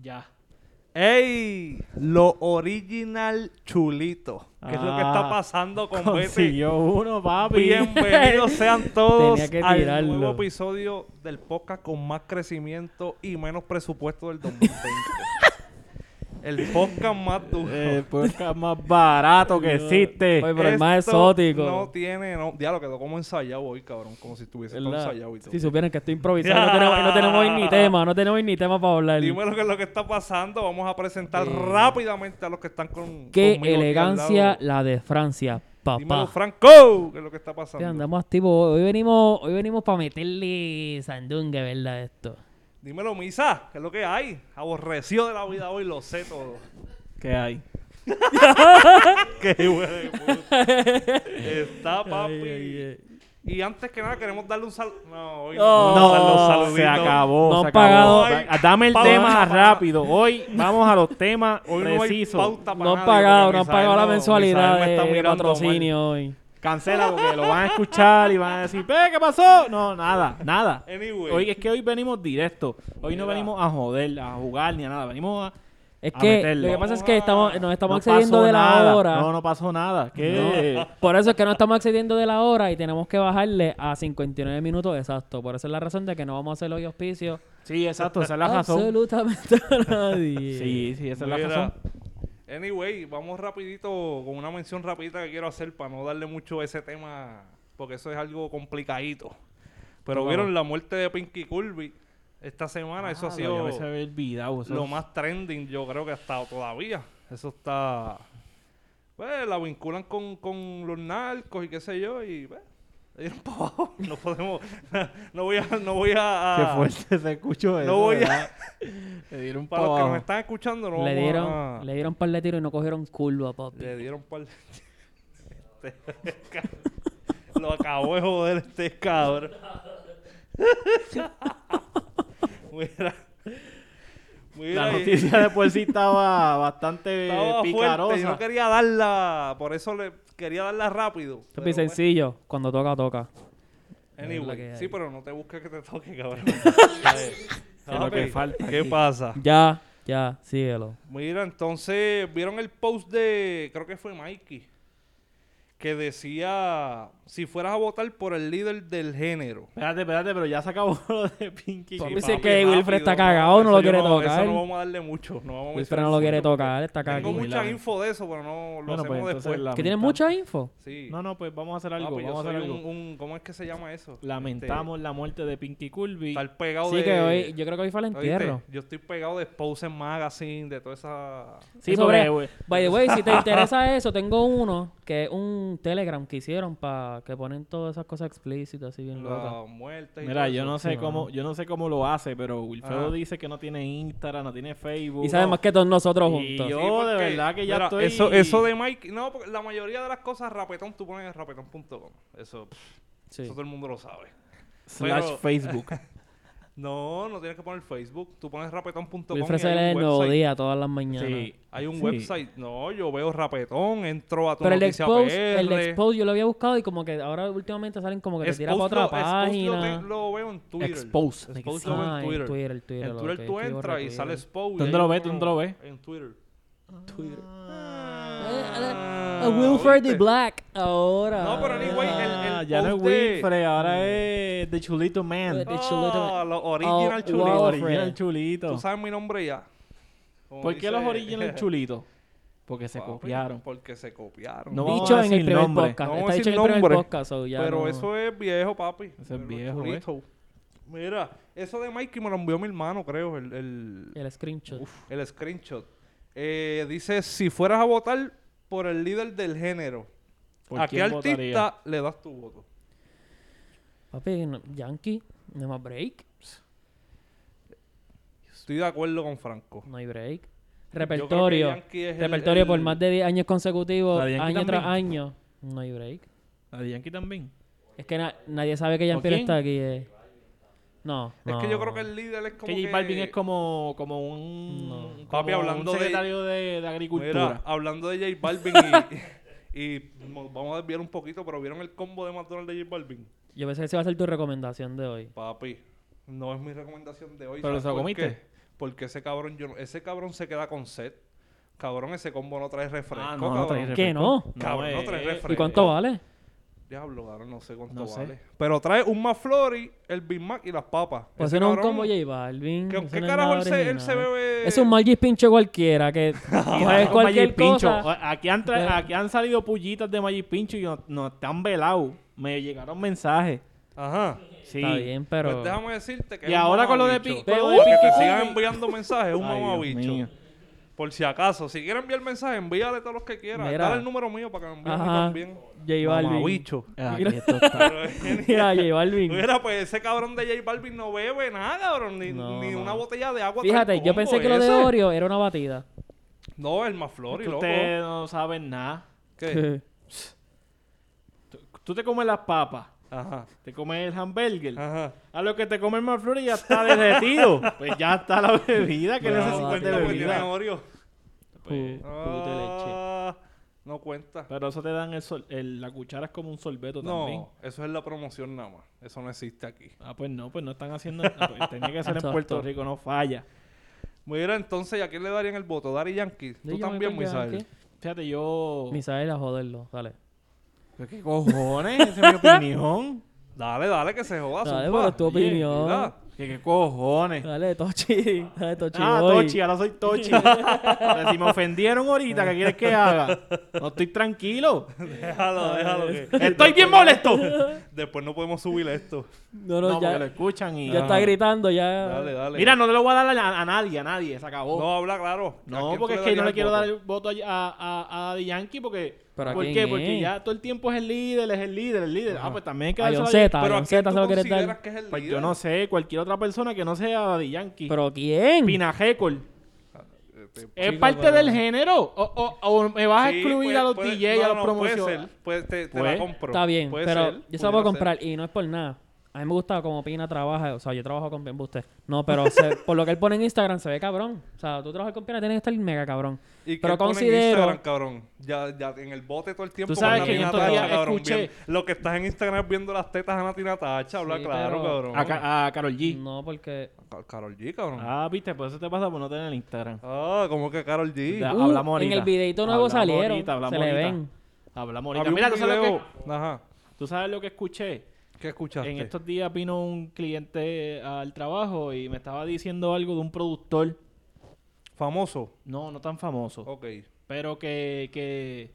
Ya. ¡Ey! Lo original chulito. ¿Qué es lo que está Ah, pasando con Vete? Consiguió uno, papi. Eh, Bienvenidos sean todos Tenía que al tirarlo. nuevo episodio del podcast con más crecimiento y menos presupuesto del 2020. El podcast más duro. El podcast más barato que existe. Oye, pero el más Esto exótico. No tiene, no. Ya lo quedó como ensayado hoy, cabrón. Como si estuviese todo ¿Verdad? ensayado y todo. Si supieran que estoy improvisando, no tenemos, no tenemos hoy ni tema, no tenemos hoy ni tema para hablar. Dime lo que es lo que está pasando. Vamos a presentar rápidamente a los que están con. Qué conmigo aquí al elegancia lado. la de Francia, papá. Dímelo, Franco, ¿qué es lo que está Te pasando? andamos activos. Hoy Hoy venimos, hoy venimos para meterle sandunga, ¿verdad? Esto. Dímelo, Misa, ¿qué es lo que hay? Aborrecido de la vida hoy, lo sé todo. ¿Qué hay? Qué bueno. Está papi. Ay, ay, ay. Y antes que nada, queremos darle un saludo. No, hoy no. Oh, vamos a darle un No, saludito. se acabó. No se han pagado. acabó. Ah, Dame el Pauta tema para- rápido. Hoy vamos a los temas Hoy no hay precisos. pauta Ah, para No han nadie, pagado, porque no han Misael pagado la no- mensualidad Misael me está de mirando mal. patrocinio hoy. Cancela porque lo van a escuchar y van a decir, "Eh, ¿qué pasó? No, nada, nada. Anyway. Hoy es que hoy venimos directo. Hoy no venimos a joder, a jugar ni a nada. Venimos a. Es A que meterle. lo que pasa es que estamos, nos estamos no excediendo pasó de la nada. hora. No, no pasó nada. ¿Qué? Por eso es que no estamos excediendo de la hora y tenemos que bajarle a 59 minutos exacto. Por eso es la razón de que no vamos a hacer hoy auspicio. Sí, exacto, esa es la razón. Absolutamente a nadie. Sí, sí, esa es la Mira, razón. Anyway, vamos rapidito con una mención rapidita que quiero hacer para no darle mucho a ese tema, porque eso es algo complicadito. Pero Claro. vieron la muerte de Pinky Kirby esta semana, eso ha Ah, sido yo me había olvidado, eso lo es- más trending, yo creo que ha estado todavía. Eso está... Pues la vinculan con, con los narcos y qué sé yo, y... Pues, le dieron pa' abajo. No podemos... no voy a... No voy a, Qué fuerte se escuchó eso. Ah. voy a- ¿verdad? Le dieron Para los pa' que abajo. nos están escuchando, no Le vamos dieron, a- le dieron par de tiros y no cogieron curva, papi. Le dieron par de- Este- Lo acabó de joder este cabrón. Mira. Mira, La y- noticia eh, después sí estaba bastante estaba fuerte, Yo picarosa. no quería darla, por eso le quería darla rápido. Papi, pero bueno. sencillo. Cuando toca, toca. Es la que Anyway, hay. sí, pero no te busques que te toque, cabrón. ¿Sabes? Es lo que falta ¿Qué aquí. pasa? Ya, ya, síguelo. Mira, entonces, ¿vieron el post de, creo que fue Mikey, que decía, si fueras a votar por el líder del género? Espérate, espérate, pero ya se acabó lo de Pinky. Papi, Kirby. sí, que Wilfred está cagado, Eso no lo yo quiere Eso tocar. no vamos a darle mucho. No vamos a Wilfred mencionar no lo quiere mucho, tocar, está porque Tengo cagado. mucha info de eso, pero no lo Bueno, pues, hacemos entonces después. la- ¿Que tiene lamentable. mucha info? Sí. No, no, pues vamos a hacer Ah, algo. pues yo vamos a hacer soy algo. un- un- ¿Cómo es que se llama eso? Este, Lamentamos la muerte de Pinky Kirby. estar pegado de... Sí, que hoy, yo creo que hoy fue el ¿oíste? entierro. Yo estoy pegado de Spouse Magazine, de toda esa... Sí, Eso, porque, bre- güey. By the way, si te interesa eso, tengo uno que es un Telegram que hicieron para que ponen todas esas cosas explícitas así bien locas. La muerte y Mira, todo yo eso. no sé Sí, cómo, mano. yo no sé cómo lo hace, pero Wilfredo Ajá. dice que no tiene Instagram, no tiene Facebook. Y sabe más que todos nosotros Y juntos. yo- de verdad que ya estoy- Eso, eso de Mike. No, porque la mayoría de las cosas, Rapetón, tú pones en rapetón.com. Eso, pff, Sí. eso todo el mundo lo sabe. Slash pero- Facebook. No, no tienes que poner Facebook. Tú pones rapetón.com. y Wilfred se hay un lee el nuevo website. día todas las mañanas. sí. Hay un sí. website. No, yo veo rapetón, entro a tu Pero el noticia expose, el PR. expose yo lo había buscado y como que ahora últimamente salen como que te tira para Expose otra lo- Expose lo página. te- Lo veo en Twitter. Expose. Expose lo veo Ah, en Twitter. Twitter, Twitter. En lo Twitter que- tú que borra entras y Twitter. sale Expose. y ¿Dónde hay lo un ves? ¿Dónde como- lo ves? En Twitter. Ah, A Wilfred the Ah, ¿oíste? Black ahora. No, pero anyway, el- Ah, el ya no es post de- Wilfred, Mm. ahora es The Chulito Man. de Chulito. Ah, los original Oh, chulitos. wow. Original Chulito. Tú sabes mi nombre ya. Como ¿Por qué dice- los original Chulitos? Porque se Papi, copiaron. Porque se copiaron. No vamos dicho a en el decir primer nombre. podcast. No Está vamos a dicho en el decir primer nombre, podcast. so ya Pero no- eso es viejo, papi. Eso es viejo, eh. Mira, eso de Mikey me lo envió mi hermano, creo, el, el, El screenshot. el screenshot. Eh, dice, si fueras a votar por el líder del género, ¿Por ¿a qué quién artista votaría? le das tu voto? Papi, no- Yankee, no más break. Estoy de acuerdo con Franco. No hay break. Yo Repertorio. creo que Yankee es el- Repertorio por el- más de 10 años consecutivos, La de Yankee año tras también. año. No hay break. ¿A Yankee también? Es que na- nadie sabe que Jean ¿O Pierre quién? está aquí. eh. No, Es no. que yo creo que el líder es como Que J Balvin es como, como un, No. como Papi, hablando un de- secretario de, de Mira, Agricultura. hablando de J Balvin y, y nos vamos a desviar un poquito, pero ¿vieron el combo de McDonald's de J Balvin? Yo pensé que esa iba a ser tu recomendación de hoy. Papi, no es mi recomendación de hoy. ¿Pero ¿sabes se lo por comiste? qué? Porque ese cabrón, yo, no- ese cabrón se queda con sed. Cabrón, ese combo no trae refresco, Ah, no, cabrón. no trae refresco. ¿Qué no? Cabrón, no trae eh, refresco. ¿Y cuánto vale? Diablo, cabrón, no sé cuánto No sé. vale. Pero trae un McFlurry, el Big Mac y las papas. Pues Ese eso no es un cabrón- combo J Balvin. ¿Qué- eso no qué es carajo nada él se- él se original. bebe? Es un Malgis Pincho cualquiera que Y coges nada, Ah, con cualquier Magic Pincho. cosa. O- Aquí han, tra- aquí han salido pullitas de Magic Pincho y nos, nos están velados. Me llegaron mensajes. Ajá. Sí. Está bien, Pues pero... déjame decirte que Y es un ahora con lo de mamabicho. pi- con lo de Porque te piqui- sigan enviando mensajes, es un Ay, Dios mío. mamabicho. Por si acaso, si quieren enviar mensajes, envíale todos los que quieran. Mira. Dale el número mío para que me envíen a mí Ajá. también. J Balvin. Mamabicho. Ah, aquí esto está- Pero es Mira, J Balvin. Mira, pues ese cabrón de J Balvin no bebe nada, cabrón. Ni, No, ni no. una botella de agua. trae Fíjate, el yo combo pensé que lo de ese. Oreo era una batida. No, el Maflori, Que loco. Ustedes no saben nada. ¿Qué? Tú- Tú te comes las papas, Ajá, te comes el hamburger. ajá. A lo que te comes más flores ya está derretido. pues ya está la bebida. que No, necesitas batida, porque de Ah, tiene bebida? Oreo. Pues, juguito de leche. Ah, no cuenta. Pero eso te dan el, sol, el- la cuchara es como un sorbeto también. No, eso es la promoción nada más. Eso no existe aquí. Ah, pues no, pues no están haciendo. ah, pues tenía que ser en Exacto. Puerto Rico, no falla. Mira, entonces, ¿y ¿a quién le darían el voto? Dari Yankee. Tú Yo me también, voy con Misael. Yankee. Fíjate, oh. yo. Misael a joderlo, dale. ¿Pero ¿Qué cojones? Esa es mi opinión. Dale, dale, que se joda. Dale, zumba. pero tu oye, opinión. Mira, ¿Qué, qué cojones? Dale, Tochi. Dale, Tochi. Ah, boy. Tochi, ahora soy Tochi. Pero si me ofendieron ahorita, ¿qué quieres que haga? No estoy tranquilo. Déjalo, déjalo. que- Estoy bien molesto. Después no podemos subir esto. No, no, No, porque lo ya, escuchan y. ya está gritando, ya. Ah. Dale, dale. Mira, no le lo voy a dar a, a nadie, a nadie, se acabó. No, habla claro. ¿A No, quién porque es tú que no le darías el quiero voto? dar el voto a, a, a- a Daddy Yankee porque... ¿Pero a ¿Por quién qué? es? Porque ya todo el tiempo es el líder, es el líder, el líder. Ah, pues también hay que A dárselo a Johnceta, Pero a ¿a quién Johnceta tú se lo quieres consideras dar. que es el Pues yo líder? no sé, cualquier otra persona que no sea Daddy Yankee. ¿Pero quién? Pina Gecol. Este, ¿Es Sí, parte bueno. del género? ¿O, o- o me vas a Sí, excluir puede- a los puede- DJ, no, a los no, puede promociones? ser, puede- te, te Puede. la compro. Está bien, Puede pero ser, yo se la puedo pudiera comprar y no es por nada. A mí me gusta cómo Pina trabaja, o sea, yo trabajo con Pembuste. No, pero se- por lo que él pone en Instagram se ve cabrón. O sea, tú trabajas con Pina, tienes que estar mega cabrón. ser. ¿Y qué pero pone en considero... Instagram, cabrón. Ya, ya en el bote todo el tiempo. Tú sabes con que Nati yo estos Natacha, días cabrón, escuché- bien. Lo que estás en Instagram es viendo las tetas a Nati Natacha. Habla Sí, claro, pero- cabrón. A, Ca- a Karol G. No, porque... Ca- Karol G, cabrón. Ah, Ah, viste, pues eso te pasa por no tener el Instagram. como que Karol G. Ya, Uh, hablamos en ahorita. el videíto nuevo Hablamos salieron, ahorita, hablamos se le ahorita. ven. Hablamos Había ahorita. un Mira, ¿tú sabes, lo video- que, Ajá. tú sabes lo que escuché. ¿Qué escuchaste? En estos días vino un cliente eh, al trabajo y me estaba diciendo algo de un productor, Famoso. no, no tan famoso, Ok. pero que, que,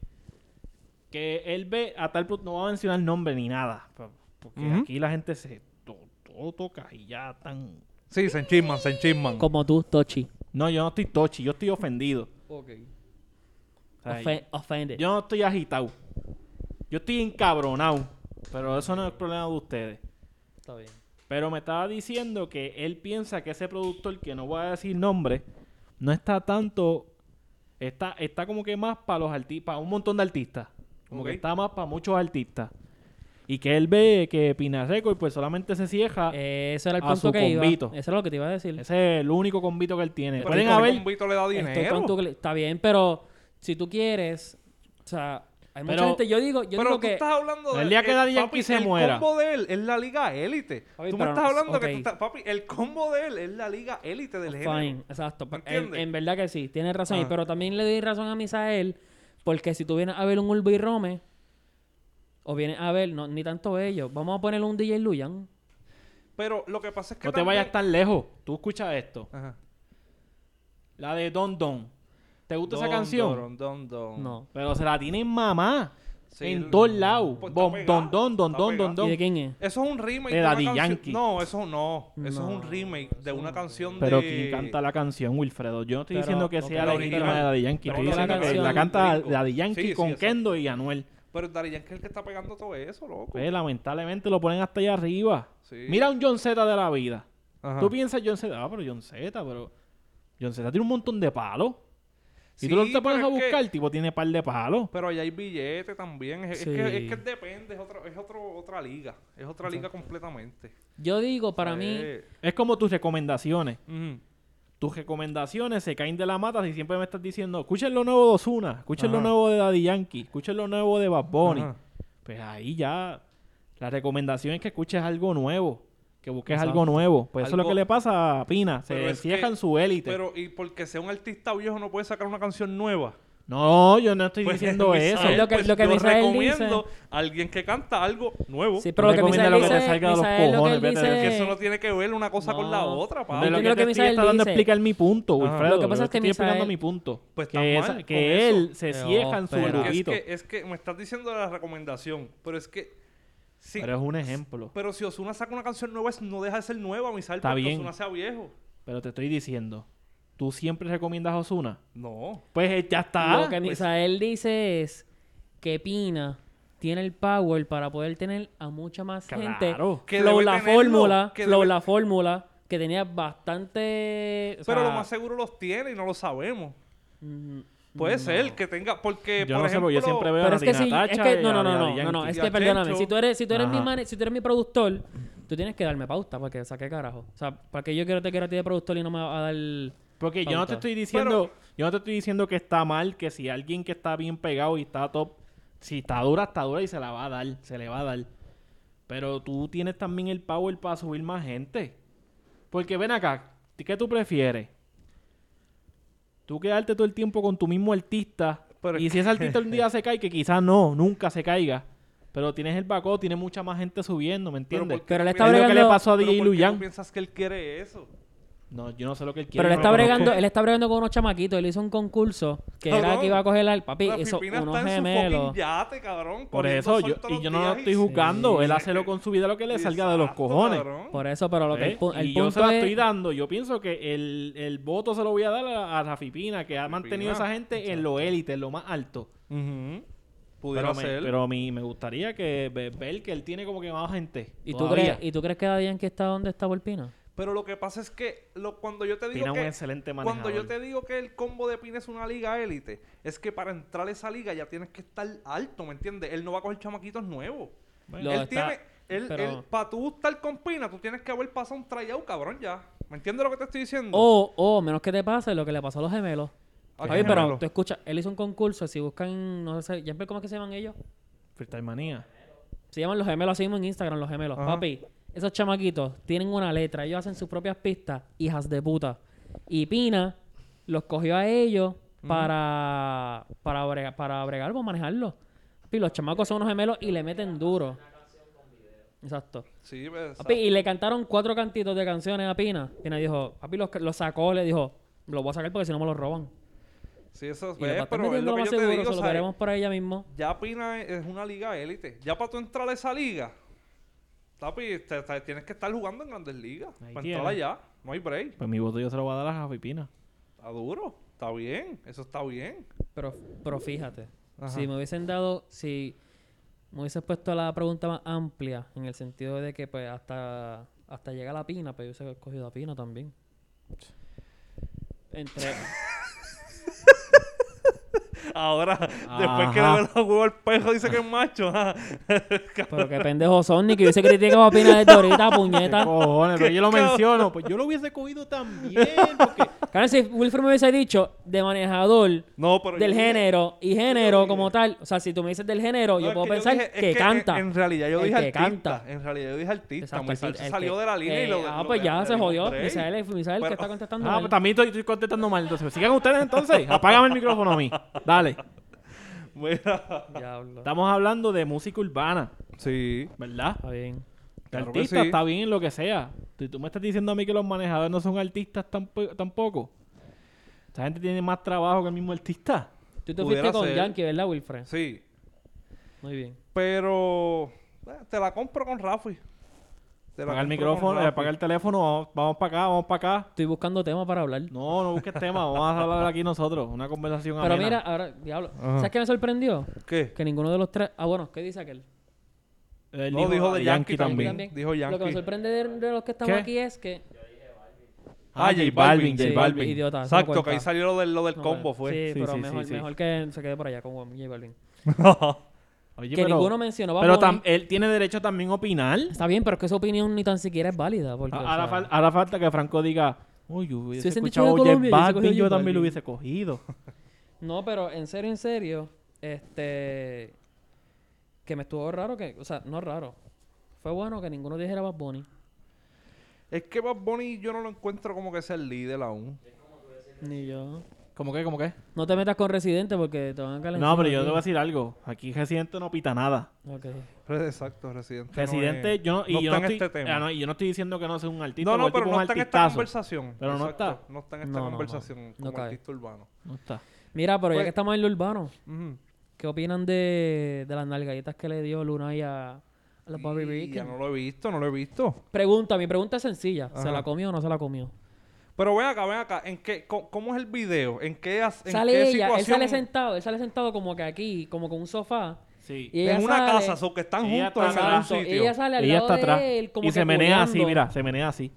que él ve a tal... pro- No voy a mencionar nombre ni nada, pa- porque Ujú. aquí la gente se... to- Todo toca y ya están... Sí, se enchisman, se enchisman. Como tú, Tochi. No, yo no estoy tochi, yo estoy ofendido. Ok. O sea, Ofe- offended. Yo no estoy agitado. Yo estoy encabronado. Pero eso no es problema de ustedes. Está bien. Pero me estaba diciendo que él piensa que ese productor, que no voy a decir nombre, no está tanto. Está, está como que más para los artistas, para un montón de artistas. Como Ok. que está más para muchos artistas. Y que él ve que Pina Record pues solamente se cieja. Eh, ese era el A punto su que convito. iba. Eso es lo que te iba a decir. Ese es el único convito que él tiene. Pero Pueden el haber. convito le da Estoy dinero. con tu cli- Está bien, pero si tú quieres, o sea, hay mucha Pero- gente. Yo digo, yo pero digo tú que estás hablando de... El día que eh, Daddy papi, Yankee se el muera. combo de él es la liga élite. Oye, tú me pero- estás hablando que ok. tú estás... Papi, el combo de él es la liga élite del género. Fine, exacto. pero En, ¿Entiendes? en verdad que sí, tienes razón. Ajá. Pero también le doy razón a Misael, porque si tú vienes a ver un Ulbi Rome, o vienes a ver, no, ni tanto ellos, vamos a ponerle un DJ Luyan. Pero lo que pasa es que No te también- vayas tan lejos. Tú escuchas esto. Ajá. La de Don Don. ¿Te gusta Don, esa canción? don, don, don. No. Pero se la tienen mamá. Sí, en el- todos lados. Pues está Bom, pegada, don, don, don, está don, don, pegada. ¿Y don. de quién es? Eso es un remake De una Daddy canción- Yankee. No, eso no. Eso es un No, remake de una canción Pero de... quien canta la canción, Wilfredo. Yo no estoy Pero- diciendo que ok, sea la la original original. de Daddy Yankee. Pero Estoy la diciendo que canción la canta gringo. Daddy Yankee Sí, sí, con exacto. Kendo y Anuel. Pero Daddy Yankee es el que está pegando todo eso, loco. Pues, lamentablemente lo ponen hasta allá arriba. Sí. Mira un John Z de la vida. Ajá. Tú piensas John Z. Ah, pero John Z, pero... John Z tiene un montón de palos. Si tú Sí, lo te pones pero a es que- buscar, el tipo tiene par de palos. Pero allá hay billete también. Es, es Sí. que, es que depende, es, otro, es otro, otra liga. Es otra liga completamente. Yo digo, para mí, Eh, Es como tus recomendaciones. ujú. tus recomendaciones se caen de la mata si siempre me estás diciendo, escuchen lo nuevo de Ozuna, escuchen lo Ajá. nuevo de Daddy Yankee, escuchen lo nuevo de Bad Bunny. Ajá. Pues ahí ya la recomendación es que escuches algo nuevo. que busques Exacto. algo nuevo. Pues eso es lo Algo- que le pasa a Pina, se Pero es encierra que- en su élite. Pero, y porque sea un artista viejo, no puede sacar una canción nueva. No, yo no estoy Pues, diciendo Misael, eso. Es lo que- pues, lo que yo Misael recomiendo dice. a alguien que canta algo nuevo. Sí, pero lo que Misael Recomienda lo que te dice... salga de los Misael, lo que cojones, él vete, dice- Que eso no tiene que ver una cosa con la No. otra, De Pablo. lo Yo que creo te que estoy Misael está dando a dice- explicar mi punto, Ajá. Wilfredo. Lo que pasa Yo es que estoy explicando Misael- mi punto. Pues está que es- mal con que él eso. se Pero, cierra en su pero- Porque es grupito. que, es que me estás diciendo la recomendación, pero es que... sí, Pero es un ejemplo. pero si Osuna saca una canción nueva, es- no deja de ser nueva, Misael, Está porque bien. Ozuna sea viejo. Pero te estoy diciendo, tú siempre recomiendas a Osuna. No. Pues eh, ya está. Lo que Pues, Misael dice es que Pina tiene el power para poder tener a mucha más gente. Claro. Que Flow debe la tenerlo, fórmula, que flow debe- la fórmula, que tenía bastante... o Pero sea, lo más seguro los tiene y no lo sabemos. mm, Puede ser que tenga, porque Yo por no sé, ejemplo, porque yo siempre veo Pero a es que Natina sí, es Tacha que y no, no, a- y a no, no, Yankee. no, no, es y que a perdóname, Chencho. si tú eres si tú eres mi Ajá. mane- si tú eres mi productor, tú tienes que darme pauta porque o sea, qué carajo. O sea, para que yo quiero te quiero a ti de productor y no me va a dar Porque yo no te Pauta. estoy diciendo, yo no te estoy diciendo que está mal, que si alguien que está bien pegado y está top, si está dura, está dura y se la va a dar, se le va a dar. Pero tú tienes también el power para subir más gente. Porque ven acá, ¿qué tú prefieres? Tú quedarte todo el tiempo con tu mismo artista. Pero y es si ese artista un día se cae, que quizás no, nunca se caiga. Pero tienes el bacó, tienes mucha más gente subiendo, ¿me Pero entiendes? ¿por qué Pero tú le está Es piensas- lo que le bregando- pasó a pero DJ ¿por qué tú Luyan. piensas que él quiere eso? No, yo no sé lo que él quiere. Pero él no está lo conozco. bregando, él está bregando con unos chamaquitos, él hizo un concurso que No, era no. que iba a coger al papi, La hizo Filipina unos está en su gemelos. fucking yate, cabrón. Por comiendo eso, sol yo, todos y los yo no lo días y- estoy juzgando. Sí. Él hace lo con su vida lo que le salga de los Exacto, cojones. cabrón. Por eso, pero lo que el, ¿Ves? pu- el y yo se punto la es- estoy dando. Yo pienso que el, el voto se lo voy a dar a, a Rafi Pina, que ha mantenido a esa gente en lo élite, en lo más alto. Ujú. Pudiera Pero, me, ser. pero a mí me gustaría que ve- ver que él tiene como que más gente. ¿Y tú, todavía. crees, ¿Y tú crees que Daddy Yankee está donde está Volpina? Pero lo que pasa es que lo, cuando yo te digo Pina es que un excelente manejador. cuando yo te digo que el combo de Pina es una liga élite, es que para entrar a esa liga ya tienes que estar alto, ¿me entiendes? Él no va a coger chamaquitos nuevos. Lo él está- tiene él, pero- para tú estar con Pina, tú tienes que haber pasado un tryout, cabrón, ya. ¿Me entiendes lo que te estoy diciendo? O, o menos que te pase lo que le pasó a los gemelos. ¿A qué Oye, pero gemelos? tú escuchas, él hizo un concurso, si buscan, no sé, ya cómo es que se llaman ellos. Freestyle manía. Se llaman los gemelos, así mismo en Instagram, los gemelos. Ajá. Papi, esos chamaquitos tienen una letra, ellos hacen sus propias pistas, hijas de puta. Y Pina los cogió a ellos para, para, brega- para bregar, para manejarlo. Papi, los chamacos son unos gemelos y le meten duro. Exacto. Sí, pues, Papi, y le cantaron cuatro cantitos de canciones a Pina. Pina dijo, papi los, los sacó, le dijo, lo voy a sacar porque si no me lo roban. sí, eso Y lo es, están Pues, pero es metiendo lo lo que más yo te seguro, digo, se lo ¿sabes? veremos por ella mismo. Ya Pina es es una liga élite. Ya para tú entrar a esa liga, papi, te- te- tienes que estar jugando en grandes ligas. Ahí Para entrar tiene. allá, no hay break. Pues mi voto yo se lo voy a dar a Rafi Pina. Está duro, está bien, eso está bien. Pero, pero fíjate, Ajá. si me hubiesen dado, si me hubieses puesto la pregunta más amplia, en el sentido de que pues hasta, hasta llega la pina, pues yo hubiese cogido a pina también. Entre, Ahora, después que le Ajá. ve los huevos al pejo, dice que es macho. ajá. pero qué pendejo son, ni que hubiese criticado a pina desde ahorita, ¿Qué puñeta. cojones? Pero yo lo cabrón. menciono. Pues yo lo hubiese cogido también. Porque Claro, si Wilfred me hubiese dicho de manejador, No, pero del yo dije- género y dije- género como tal. O sea, si tú me dices del género, no, es yo puedo que pensar dije- es que, canta. En, en realidad yo El dije que artista. canta. En realidad yo dije artista. Exacto, Misael el- se el salió que- de la línea y eh, lo Ah, lo- pues le- ya le se dimos jodió. break. Misael, Misael Pero- que está contestando. Ah, él. pues también estoy, estoy contestando mal. Entonces, sigan ustedes entonces. Apágame el micrófono a mí. Dale. Mira. Diablo. Estamos hablando de música urbana, Sí. ¿verdad? Está bien. De Claro que artista sí. está bien, lo que sea. Si tú me estás diciendo a mí que los manejadores no son artistas tampo- tampoco. Esta gente tiene más trabajo que el mismo artista. Tú te Pudiera fuiste con ser. Yankee, ¿verdad, Wilfred? Sí. Muy bien. Pero eh, te la compro con Rafi. Te la Apaga compro el con micrófono, eh, Rafi. apaga el teléfono, vamos, vamos para acá, vamos para acá. Estoy buscando temas para hablar. No, no busques tema, vamos a hablar aquí nosotros. Una conversación Pero amena. mira, ahora, diablo. Ajá. ¿Sabes qué me sorprendió? ¿Qué? Que ninguno de los tres. Ah, bueno, ¿qué dice aquel? Él No, dijo de Yankee también. Dijo Lo que Yankee. me sorprende de, de los que estamos ¿Qué? aquí es que. Ah, J Balvin, J Sí, Balvin. Idiota. eso no Exacto, que ahí cuenta. salió lo del, lo del No combo, cuenta. fue. Sí, Sí, pero sí, sí, mejor, sí. mejor que se quede por allá con J Balvin. Oye, que pero, ninguno mencionó. Bad pero Bunny. tam- él tiene derecho también a opinar. Está bien, pero es que su opinión ni tan siquiera es válida. Porque, o A- Ahora, sea, fal- ahora falta que Franco diga, uy, yo hubiese hubiesen dicho escuchado de J Colombia, yo hubiese Balvin, cogido yo J también lo Balvin. hubiese cogido. No, pero en serio, en serio, este. Que me estuvo raro que. O sea, no raro. Fue bueno que ninguno dijera Bad Bunny. Es que Bad Bunny yo no lo encuentro como que sea el líder aún. Ni yo. ¿Cómo qué? ¿Cómo qué? No te metas con Residente porque te van a calentar. No, pero yo te voy a decir algo. Aquí Residente no pita nada. Ok. Pero exacto, Residente. no Residente, es- yo no, y no yo está no en estoy, este tema. ah, no, y yo no estoy diciendo que no sea un No, artista. porque no, el pero no tipo es está en este esta artistazo. conversación. Pero no Exacto, está. No está en esta No, no, no. conversación No como cae. artista urbano. No está. Mira, pero ya Pues- que estamos en lo urbano, Ujú. ¿qué opinan de, de las nalgaditas que le dio Luna y a, a los Bobby Y ya Beacon? no lo he visto, no lo he visto. Pregunta, mi pregunta es sencilla. ¿Se Ajá. la comió o no se la comió? Pero ven acá, ven acá. ¿En qué, co- ¿Cómo es el video? ¿En qué, as- en Sale qué ella, situación? él sale sentado, él sale sentado como que aquí, como con un sofá. Sí. Y ella en una sale- casa, so que están Ella juntos en está algún Exacto, sitio. Ella sale al Ella lado está atrás. de él, como Y que se menea así, coleando. mira, se menea así.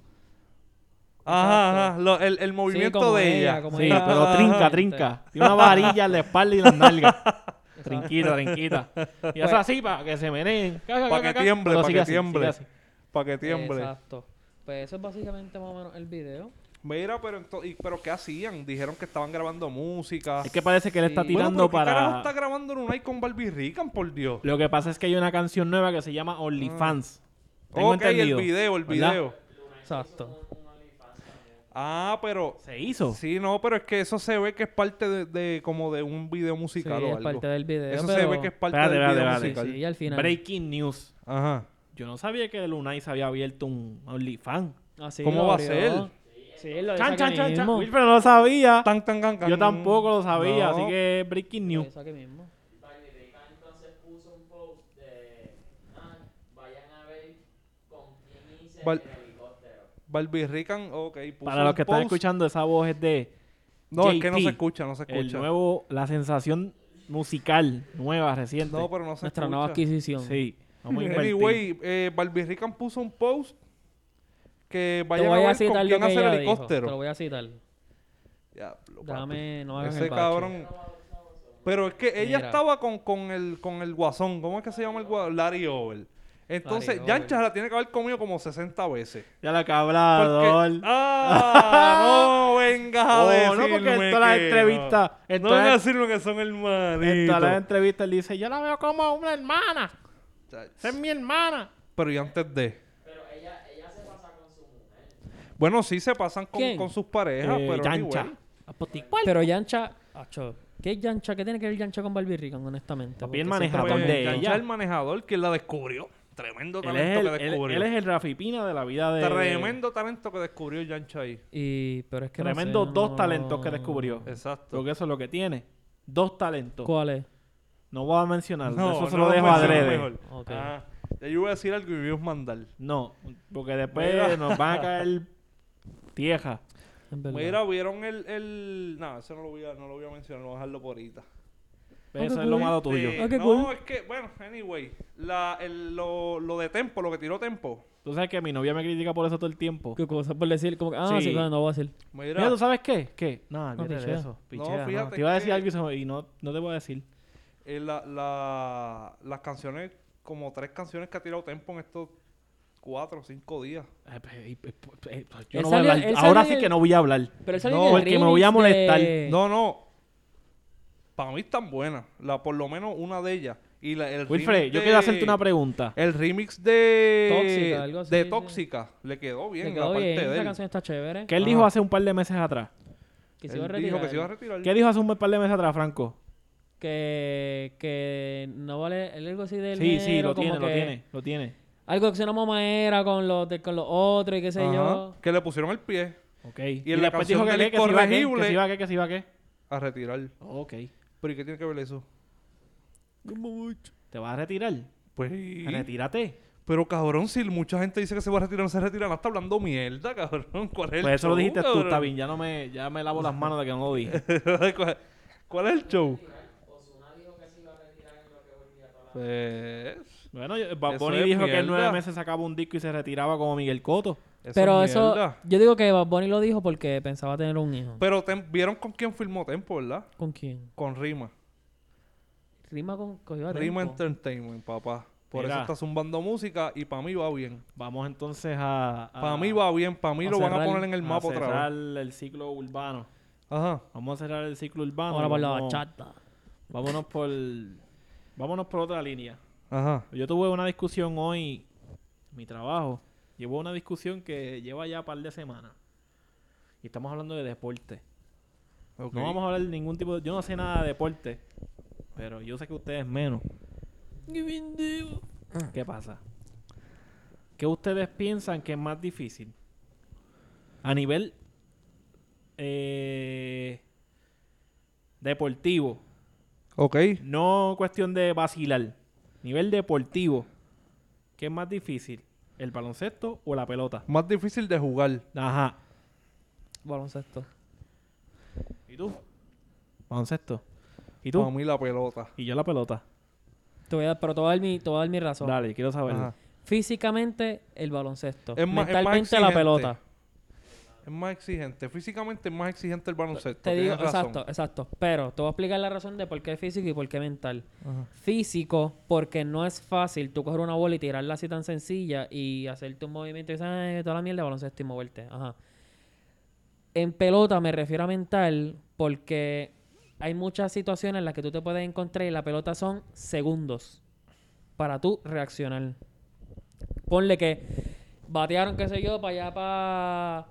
Ajá, ajá. lo- el, el movimiento como de ella, ella. como Sí, ella- pero Ah, trinca, Ajá. trinca. Y una varilla en la espalda y las nalgas. Trinquita, trinquita. Y Pues- hace así para que se meneen. Para que tiemble, para que tiemble. Para que tiemble. Exacto. Pues eso es básicamente más o menos el video. Mira, pero, ento- y- pero ¿qué hacían? Dijeron que estaban grabando música. Es que parece que él está Sí. Bueno, tirando pero ¿qué carajo para... está grabando Lunay con Barbie Rican, por Dios? Lo que pasa es que hay una canción nueva que se llama OnlyFans. Tengo Ah. ok, el entendido, video, el ¿verdad? video. Exacto. Ah, pero... Se hizo. Sí, no, pero es que eso se ve que es parte de, de- como de un video musical Sí, o es algo. parte del video, Eso se pero- ve que es parte Espérate, del espérate, video espérate. musical. Sí, y al final. Breaking news. Ajá. Yo no sabía que Lunay se había abierto un OnlyFans. Así ¿Cómo lo va a abrió. ser? Sí, lo Chan, dice chan, aquí chan, chan. mismo. Wilfred no lo sabía. Tan, tan, can, can. Yo tampoco lo No. sabía, así que breaking Lo news. dice aquí mismo. Barbie Rica entonces puso un post de "Ah, vayan a ver con quién hice Val- el helicóptero. Barbie Rican, ok. Pues, puso Para los un que están post. escuchando, esa voz es de No, es que no se JT, escucha, no se escucha. el nuevo, la sensación musical nueva, reciente. No, pero no se Nuestra escucha. nueva adquisición. Sí, vamos a invertir. Anyway, eh, Barbie Rican puso un post que Te vaya a voy a ver citar con lo quién que hace ella dijo. el Te lo helicóptero. voy a citar. Diablo, papi. Dame, no hagas Ese el bache. cabrón. Pero es que ella Mira. estaba con, con, el, con el guasón. ¿Cómo es que se llama el guasón? Larry Over. Entonces, Larry Yancha la tiene que haber comido como 60 veces. Ya la Porque, cabrador. ah, no vengas a Oh, decirme no, porque en todas las que entrevistas- no. en No vengas todas a las- decirme que son hermanitos. En todas las entrevistas él dice, yo la veo como una hermana. Esa es mi hermana. Pero y antes de... Pero ella, ella se pasa con su mujer. Bueno, sí se pasan con, ¿Quién? con sus parejas, Eh, pero Yancha. anyway. Pero Yancha. Acho, ¿Qué es Yancha? ¿Qué tiene que ver Yancha con Barbie Rican, honestamente? Papi, el Porque siempre manejador me de pregunto. Pues, Yancha ella. el manejador, quien la descubrió. Tremendo Él talento es, el, que él- descubrió. él es el Rafi Pina de la vida de... Tremendo talento que descubrió Yancha ahí. Y, pero es que no sé, Tremendo dos no- talentos que descubrió. Exacto. Porque eso es lo que tiene. Dos talentos. ¿Cuál es? No voy a mencionarlo. eso se lo lo dejo menciono adrede. mejor. Ok. Ah, ya yo iba a decir algo y me ibas a mandar. No, porque después Mira. nos van a caer tieja. En verdad. Mira, vieron el... el... No, eso no lo, voy a, no lo voy a mencionar, lo voy a dejarlo por ahorita. Eso Ok, es lo cool. malo tuyo. Este, Ah, qué no, cool. es que, bueno, anyway, la, el- lo, lo de Tempo, lo que tiró Tempo. Tú sabes que mi novia me critica por eso todo el tiempo. ¿Qué cosa? Por decir, como que, ah, sí, Sí. claro, no voy a decir. Mira, Mira, ¿tú sabes qué? ¿Qué? No, olvídate de pichea. eso. No, Pichea, no. fíjate Te iba a que- decir algo y se me- y no, no te voy a decir. eh, la- la- las canciones, como tres canciones que ha tirado Tempo en estos cuatro o cinco días. Eh, pe- eh, pe- eh, Yo Él no voy a salió- hablar. él Ahora salió sí en- que no voy a hablar. Pero él salió No, en el porque me voy a remix de- molestar. No, no, para mí están buenas, la, por lo menos una de ellas. Y la, el Wilfred, remix yo de- quiero hacerte una pregunta. El remix de Tóxica, algo así, de sí. Tóxica le quedó bien Le quedó la parte bien, de esa él. canción está chévere. ¿Qué él Ajá. dijo hace un par de meses atrás? Que se iba a Él retirar. dijo que se iba a retirar. ¿Qué dijo hace un par de meses atrás, Franco? que, que no vale él algo así del Sí, sí, dinero, lo como tiene, lo que tiene, lo tiene. Algo que se una mamaera con los de- con los otros y qué sé Ajá, yo. que le pusieron el pie Ok. Y, en la después dijo canción que, del qué, que se iba a qué, que incorregible- se iba a qué, que se iba a qué. a retirar. Ok. ¿Pero y qué tiene que ver eso? ¿Te vas a retirar? Pues... Retírate. Pero cabrón, si mucha gente dice que se va a retirar, no se retira, no está hablando mierda, cabrón. ¿Cuál es el Pues eso lo show, dijiste tú, cabrón? está bien. Ya, no me, ya me lavo las manos de que no lo dije. ¿Cuál- ¿Cuál es el show? Ozuna dijo que se iba a retirar en lo que volvía toda la Pues, Bueno, yo- Bad Eso Bunny es dijo que en nueve mierda. meses sacaba un disco y se retiraba como Miguel Cotto. Pero es eso, mierda. yo digo que Bad Bunny lo dijo porque pensaba tener un hijo. Pero Tem- vieron con quién filmó Tempo, ¿verdad? ¿Con quién? Con Rima. Rima con Ah, cogió a Rima Tempo. Entertainment, papá. Por Mira. eso está zumbando música y para mí va bien. Vamos entonces a... a- Para mí va bien, para mí a lo van a cerrar- poner en el Ah. a mapa otra cerrar vez. el ciclo urbano. Ajá. Vamos a cerrar el ciclo urbano. Ahora por la Vamos- bachata. Vámonos por... Vámonos por otra línea. Ajá. Yo tuve una discusión hoy en mi trabajo Llevó una discusión que lleva ya un par de semanas. Y estamos hablando de deporte. Ok. No vamos a hablar de ningún tipo de... Yo no sé nada de deporte. Pero yo sé que ustedes menos. ¿Qué pasa? ¿Qué ustedes piensan que es más difícil? A nivel eh, deportivo. Ok. No cuestión de vacilar. Nivel deportivo. ¿Qué es más difícil? ¿El baloncesto o la pelota? Más difícil de jugar. Ajá. Baloncesto. ¿Y tú? Baloncesto. ¿Y Para tú? mí la pelota. Y yo la pelota. Te voy a dar, pero te voy a dar mi, te voy a dar mi razón. Dale, quiero saberlo. Ajá. Físicamente, el baloncesto. Es más- es más Mentalmente, la exigente. pelota. Es más exigente. Físicamente es más exigente el baloncesto. Te digo, tienes razón. exacto, exacto. Pero te voy a explicar la razón de por qué físico y por qué mental. Ajá. Físico, porque no es fácil tú coger una bola y tirarla así tan sencilla y hacerte un movimiento y dices, "Ay, toda la mierda de baloncesto y moverte. Ajá. En pelota me refiero a mental porque hay muchas situaciones en las que tú te puedes encontrar y la pelota son segundos para tú reaccionar. Ponle que batearon, qué sé yo, para allá, para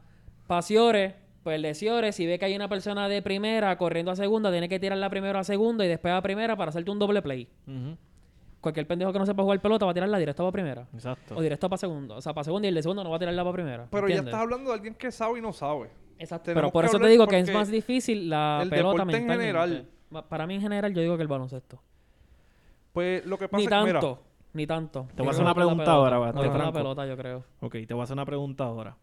Pasiores, pues de Ciores, si ve que hay una persona de primera corriendo a segunda, tiene que tirarla primero a segunda y después a primera para hacerte un doble play. Ujú. Cualquier pendejo que no sepa jugar pelota va a tirarla directo para primera. Exacto. O directo para segunda. O sea, para segunda y el de segunda no va a tirarla para primera. Pero ya ¿entiendes? estás hablando de alguien que sabe y no sabe. Exacto. tenemos Pero por que eso te hablar digo que es porque más difícil la el pelota deporte en mentalmente. general- Ma- Para mí en general yo digo que el baloncesto. Pues lo que pasa Ni es que, mira, tanto. Ni tanto. Te voy a Yo hacer creo una que es la pregunta pelota. ahora, bastante Yo creo que es franco. la pelota, yo creo. Ok, te voy a hacer una pregunta ahora.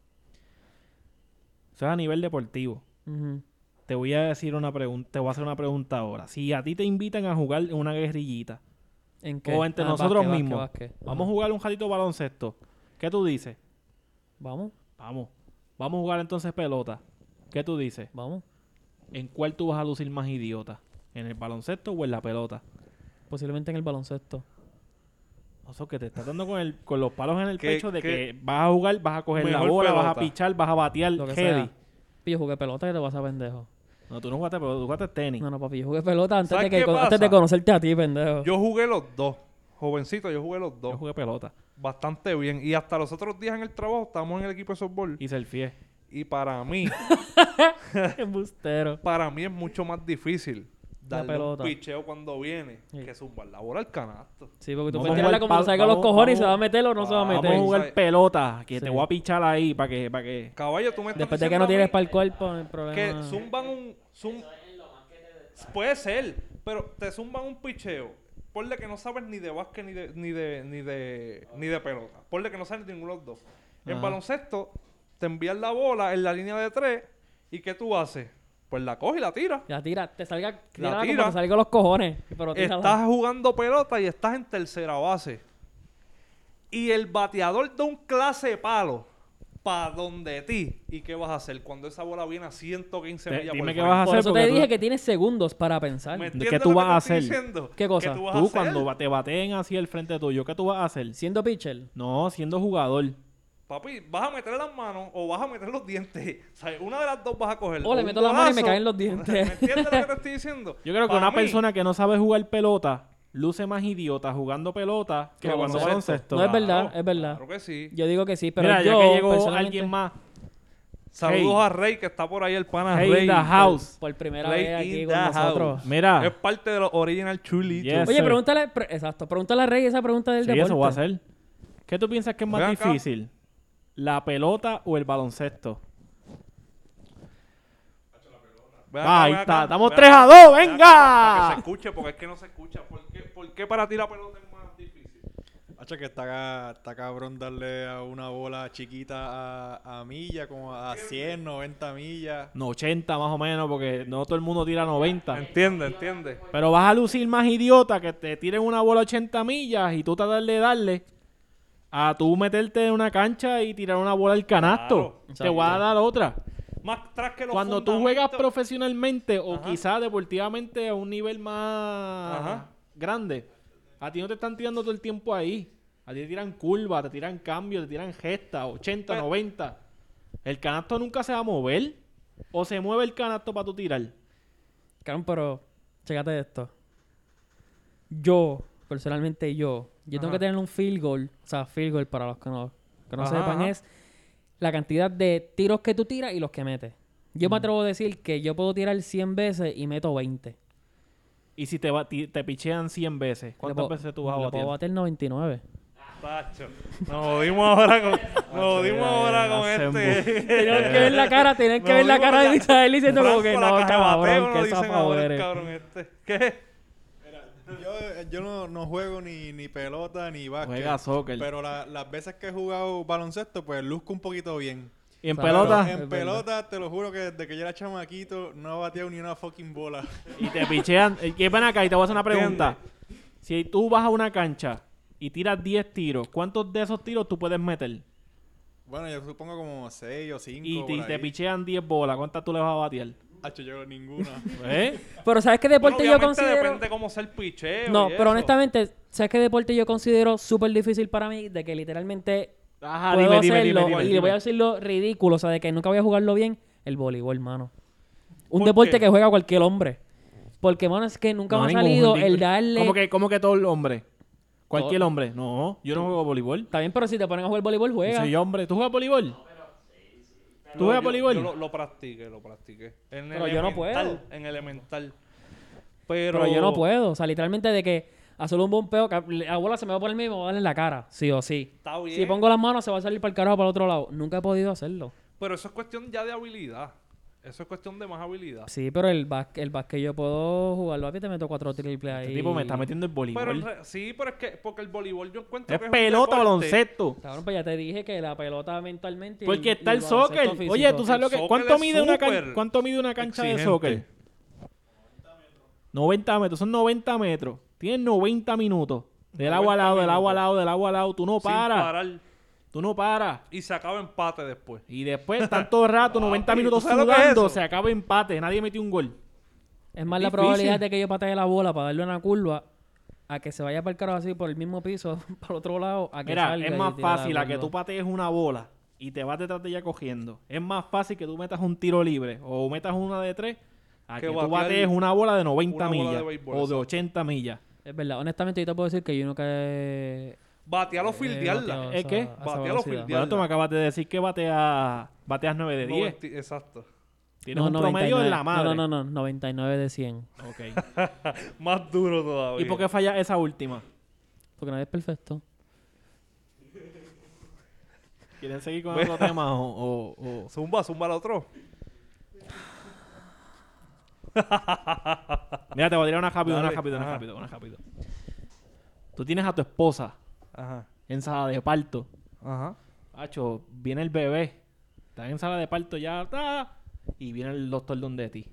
Eso es a nivel deportivo. Ujú. Te voy a decir una pregunta, te voy a hacer una pregunta ahora. Si a ti te invitan a jugar una guerrillita ¿En qué? o entre Ah, nosotros básquet, mismos, básquet, básquet. vamos a Ajá. jugar un ratito baloncesto. ¿Qué tú dices? Vamos, Vamos. Vamos a jugar entonces pelota. ¿Qué tú dices? vamos. ¿En cuál tú vas a lucir más idiota? ¿En el baloncesto o en la pelota? Posiblemente en el baloncesto. Oso, que te estás dando con, el, con los palos en el ¿Qué- pecho de qué? que vas a jugar, vas a coger la Mejor bola, vas a pelota. pichar, vas a batear, Lo que heavy. sea. Papi, Yo jugué pelota que te vas a pendejo. No, tú no jugaste pelota, tú jugaste tenis. No, no, papi, yo jugué pelota antes de, ¿Sabes que, qué con- antes pasa? de conocerte a ti, pendejo. yo jugué los dos. Jovencito, yo jugué los Yo dos. jugué pelota. Bastante bien. Y hasta los otros días en el trabajo estábamos en el equipo de softball. Y selfie. Y para mí, Embustero. para mí es mucho más difícil La darle un pelota. picheo cuando viene Sí. que zumbar la bola al canasto. Sí, porque tú Vamos puedes a tirarla jugar como te pa- salga los vamos- cojones y se vamos- va a meter o no se va a vamos Vamos meter. a Sí. jugar pelota, que Sí. te voy a pichar ahí para que, para que. Caballo, tú me estás Después de que diciendo no a mí tienes para el cuerpo, no hay problema. Que Ah. zumban un... zum- Puede ser, pero te zumban un picheo. Ponle que no sabes ni de básquet ni de, ni de, ni de, ni de pelota. Ponle que no sabes ninguno de los dos. En Ajá. baloncesto, te envían la bola en la línea de tres y ¿qué tú haces? Pues la coges y la tiras. La tira, te salga, tírala como tira. te salga los cojones. Pero tírala. Estás jugando pelota y estás en tercera base. Y el bateador da un clase de palo para donde ti. ¿Y qué vas a hacer cuando esa bola viene a 115 Te- millas por dime el qué frente? vas a Por hacer, eso te porque tú- dije que tienes segundos para pensar. ¿Me ¿Qué entiendes tú lo vas que te estoy a hacer? diciendo? ¿Qué cosa? tú vas a Tú hacer? cuando ba- te bateen así el frente tuyo, ¿qué tú vas a hacer? Siendo pitcher. No, siendo jugador. Papi, vas a meter las manos o vas a meter los dientes. O sea, una de las dos vas a coger. O le un meto la mano y me bolazo. caen los ¿Me dientes. entiendes lo que te estoy diciendo? Yo creo que Pa' una mí, persona que no sabe jugar pelota luce más idiota jugando pelota que Que jugando baloncesto. baloncesto. No es verdad, es verdad. Claro que sí. Yo digo que sí, pero Mira, yo ya que llegó personalmente, alguien más. Saludos Hey. a Rey, que está por ahí el pana Hey, Rey. the house. por primera Play vez aquí in con the nosotros. house. Es Mira, parte de los original chulitos. Yes, Oye, sir. pregúntale, pre- exacto, pregúntale a Rey esa pregunta del sí, deporte. eso voy a hacer. ¿Qué tú piensas que es más Ven acá. difícil? ¿La pelota o el baloncesto? Ah, ahí está. Estamos 3 a 2. Para que se ¡Venga! escuche, porque es que no se escucha. ¿Por qué, por qué para ti la pelota es más difícil? Hacha que está, ca- está cabrón darle a una bola chiquita a, a milla, como a 100, 90 millas. No, 80 más o menos, porque no todo el mundo tira 90. Entiende, entiende. Pero vas a lucir más idiota que te tiren una bola 80 millas y tú tratar de darle a tú meterte en una cancha y tirar una bola al canasto. Claro, te voy a dar otra. Más tras que los Cuando tú juegas fundamentos- profesionalmente o Ajá. quizás deportivamente a un nivel más Ajá. grande, a ti no te están tirando todo el tiempo ahí. A ti te tiran curva, te tiran cambio, te tiran gesta, 80, Pero- 90. El canasto nunca se va a mover. O se mueve el canasto para tú tirar. Cabrón, pero chécate esto. Yo, personalmente yo, yo tengo Ajá. que tener un field goal, o sea, field goal para los que no que no Ajá, sepan ajá. es la cantidad de tiros que tú tiras y los que metes. Yo Mm. me atrevo a decir que yo puedo tirar 100 veces y meto 20. Y si te, ba- ti- te pichean 100 veces, ¿cuántas Le puedo- veces tú vas a le batear? puedo bater 99. Tacho. Nos jodimos ahora con, nos jodimos mira, ahora mira, con hacen este. Tenían que ver la cara, tenían que Nos ver la jodimos cara de con la- Misael diciendo como que Franco, la no, caja de bateo, cabrón, nos que dicen ahora zafado el eres". cabrón este. ¿Qué? Yo, yo no, no juego ni, ni pelota ni básquet. Juega soccer. Pero la- las veces que he jugado baloncesto, pues luzco un poquito bien. y en Pero- pelota, Pero es en verdad. pelota, te lo juro que desde que yo era chamaquito no he bateado ni una fucking bola. y te pichean. eh, Que ven acá y te voy a hacer una pregunta. Si tú vas a una cancha y tiras 10 tiros, ¿cuántos de esos tiros tú puedes meter? Bueno, yo supongo como 6 o 5. Y te, y te pichean 10 bolas, ¿cuántas tú le vas a batear? yo ninguna. ¿Eh? Pero ¿sabes qué Bueno, deporte yo obviamente considero? Depende cómo sea el picheo. No, y pero eso. honestamente, ¿sabes qué deporte yo considero súper difícil para mí? De que literalmente Ajá, puedo dime, Pues dime, hacerlo dime, dime, y le dime. voy a decir lo ridículo, o sea, de que nunca voy a jugarlo bien, el voleibol, hermano. Un ¿Por deporte qué? que juega cualquier hombre. Porque, mano, es que nunca No, me ha ningún salido ridículo. el darle... ¿Cómo que, cómo que todo el hombre? ¿Cualquier hombre? No, yo no juego voleibol. Está bien, pero si te ponen a jugar voleibol, Yo juega. soy hombre. ¿Tú juegas voleibol? ¿Tú No, juegas yo- voleibol? Yo lo, lo practiqué, lo practiqué. En Pero yo no elemental, puedo. En elemental. Pero... Pero, yo no puedo. O sea, literalmente de que hacer un bombeo, que la bola se me va a poner y me va a dar en la cara. Sí o sí. Está bien. Si pongo las manos, se va a salir para el carajo para el otro lado. Nunca he podido hacerlo. Pero eso es cuestión ya de habilidad. Eso es cuestión de más habilidad. Sí, pero el básquet, el básquet yo puedo jugarlo. A mí te meto cuatro triples ahí. Este tipo me está metiendo el Pero en voleibol. re- sí, pero es que porque el voleibol yo encuentro Es que es un pelota, deporte- baloncesto. Cabrón, pues ya te dije que la pelota mentalmente. y Porque el- está y el baloncesto soccer. físico. Oye, tú sabes lo El que. soccer ¿Cuánto es mide, una can- súper ¿Cuánto mide una cancha de exigente. soccer? 90 metros. Son 90 metros. Tienes 90 minutos. Del agua al lado, del agua al lado, del agua al lado. Tú no Sin paras. parar. Tú no paras. Y se acaba empate después. Y después, tanto rato, 90 Papi, ¿tú minutos sabes lo que es sudando, eso? se acaba empate. Nadie metió un gol. Es más la Difícil. probabilidad de que yo patee la bola para darle una curva a que se vaya para el carajo así por el mismo piso, para el otro lado, a que Mira, salga es y más tire la fácil a que curva. tú patees una bola y te vas detrás de ella cogiendo. Es más fácil que tú metas un tiro libre o metas una de tres a Que que, tú batear batees una bola de 90 una bola de millas béisbol, o de exacto. 80 millas. Es verdad, honestamente yo te puedo decir que yo nunca he... Batear Eh, o fildearla. Eh, ¿Es qué? Batealo fildear. Bueno, tú me acabas de decir que batea, bateas 9 de 10. 90 Exacto. Tienes un promedio en la No, madre. no, no, 99 de 100. Ok. Más duro todavía. ¿Y por qué falla esa última? Porque nadie es perfecto. ¿Quieren seguir con otro tema o...? o- o- Zumba, zumba al otro. Mira, te voy a tirar una rápido, una Dale, rápido, una ajá. rápido, una rápido. Tú tienes a tu esposa Ajá. en sala de parto. Ajá. Hacho, viene el bebé. Estás en sala de parto ya. ta, y viene el doctor donde ti.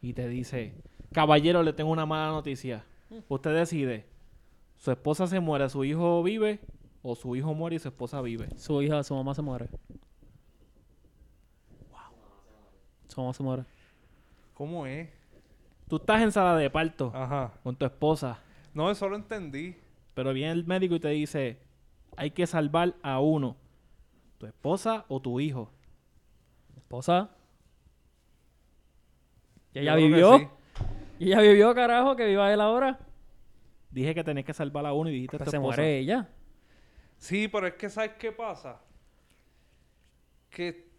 Y te dice, caballero, le tengo una mala noticia. Usted decide, su esposa se muere, su hijo vive, o su hijo muere y su esposa vive. Su hija, su mamá se muere. Su mamá se muere. ¿Cómo es? Tú estás en sala de parto Ah. Ajá. con tu esposa, No, eso lo entendí. pero viene el médico y te dice, hay que salvar a uno, tu esposa o tu hijo. Esposa. Y ella Yo creo que vivió. sí. Y ella vivió, carajo, que viva él ahora. Dije que tenés que salvar a uno y dijiste Pues tu se esposa. muere ella. Sí, pero es que ¿sabes qué pasa? Que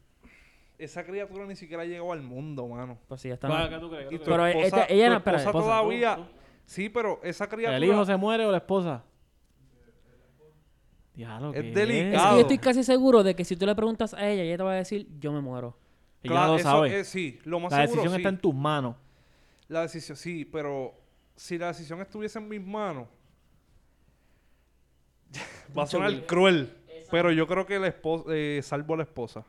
esa criatura ni siquiera ha llegado al mundo, mano. Pues sí, ya está. Bueno, ¿qué tú crees? ¿Qué Y tú tu crees? Pero esposa, este- ella tu no- espera, esposa esposa, tú, todavía... Sí, pero esa criatura... ¿El hijo se muere o la esposa? Diablo, Es ¿qué Es delicado. que yo estoy casi seguro de que si tú le preguntas a ella, ella te va a decir, yo me muero. Ella Claro, lo eso sabe. es- sí, lo más la seguro decisión sí. está en tus manos. La decisión, sí, pero si la decisión estuviese en mis manos, va a sonar cruel. Pero yo creo que la esposa, eh, salvo a la esposa.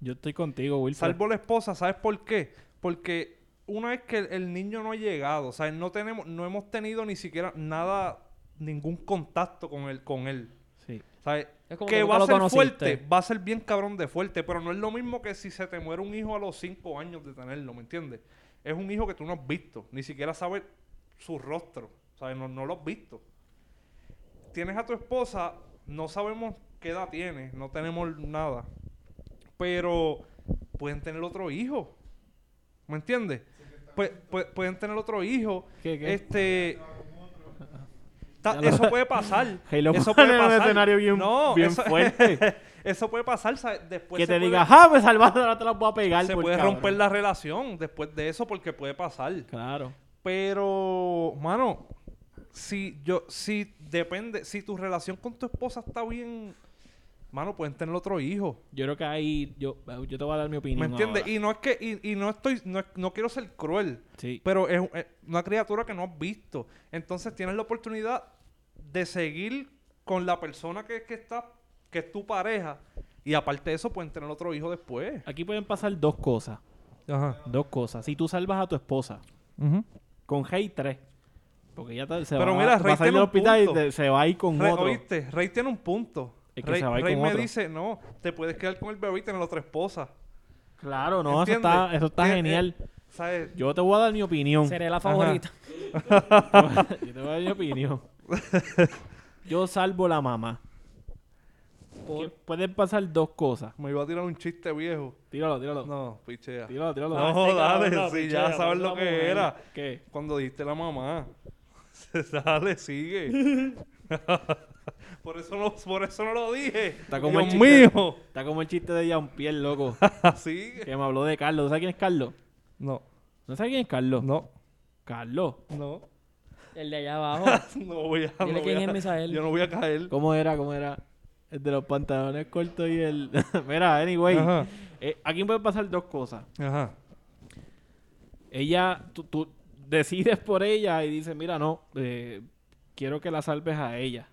Yo estoy contigo, Wilson. Salvo a la esposa, ¿sabes por qué? Porque una vez que el, el niño no ha llegado, o sea, no tenemos, no hemos tenido ni siquiera nada, ningún contacto con él, con él. Sí. ¿Sabes? Es como que, que nunca va a lo ser conociste. fuerte, va a ser bien cabrón de fuerte, pero no es lo mismo que si se te muere un hijo a los 5 años de tenerlo, ¿me entiendes? Es un hijo que tú no has visto, ni siquiera sabes su rostro, ¿sabes? No, no lo has visto. Tienes a tu esposa, no sabemos qué edad tiene, no tenemos nada, pero pueden tener otro hijo, ¿me entiendes? Pues, pues- pueden tener otro hijo, ¿Qué, qué? este... ta- Ya lo- eso puede pasar. Hey, lo eso ponen puede en un pasar. escenario bien, No, bien eso- fuerte. eso puede pasar ¿sabes? después. que se te puede- diga, ah, me salvaste, ahora te las voy a pegar. se por puede cabrón". romper la relación después de eso porque puede pasar. Claro. Pero, mano, si yo, si depende, si tu relación con tu esposa está bien, mano, pueden tener otro hijo. Yo creo que ahí yo, yo te voy a dar mi opinión. ¿Me entiendes? ahora. Y no es que, y, y no estoy, no, es- no quiero ser cruel, Sí. pero es, es una criatura que no has visto. Entonces tienes la oportunidad de seguir con la persona que, que está, que es tu pareja, y aparte de eso pueden tener otro hijo después. Aquí pueden pasar dos cosas. Ajá. Dos cosas. Si tú salvas a tu esposa con Rey 3, porque ya te- se Pero va, mira, va Rey a tiene salir del un hospital y punto. te- se va a ir con Rey, otro. oíste, Rey tiene un punto. Es que Rey, se va a ir Rey con me otro. dice, no, te puedes quedar con el bebé y tener otra esposa. Claro, no, eso ¿Entiendes? está, eso está Eh, eh, genial. ¿Sabes? Yo te voy a dar mi opinión. Seré la favorita. Yo te voy a dar mi opinión. Yo salvo la mamá. Que Pueden pasar dos cosas. Me iba a tirar un chiste viejo. Tíralo, tíralo. No, pichea. Tíralo, tíralo. No, Este dale, cabrón, no, si pichea, ya sabes parece lo una que mujer. era. ¿Qué? Cuando dijiste la mamá. dale, sigue. por, eso no, por eso no lo dije. Está como el Dios chiste. mío. Ah, Está como el chiste de Jean Pierre, loco. sigue. que me habló de Carlos. ¿Tú sabes quién es Carlos? No, ¿No sabes quién es Carlos? no, Carlos. no. El de allá abajo. No voy a. Dile no voy quién a- es Misael. Yo no voy a caer. ¿Cómo era? ¿Cómo era? El de los pantalones cortos y el... Mira, anyway. Ajá. Eh, aquí pueden pasar dos cosas. Ajá. Ella, tú, tú decides por ella y dices, mira, no, eh, quiero que la salves a ella.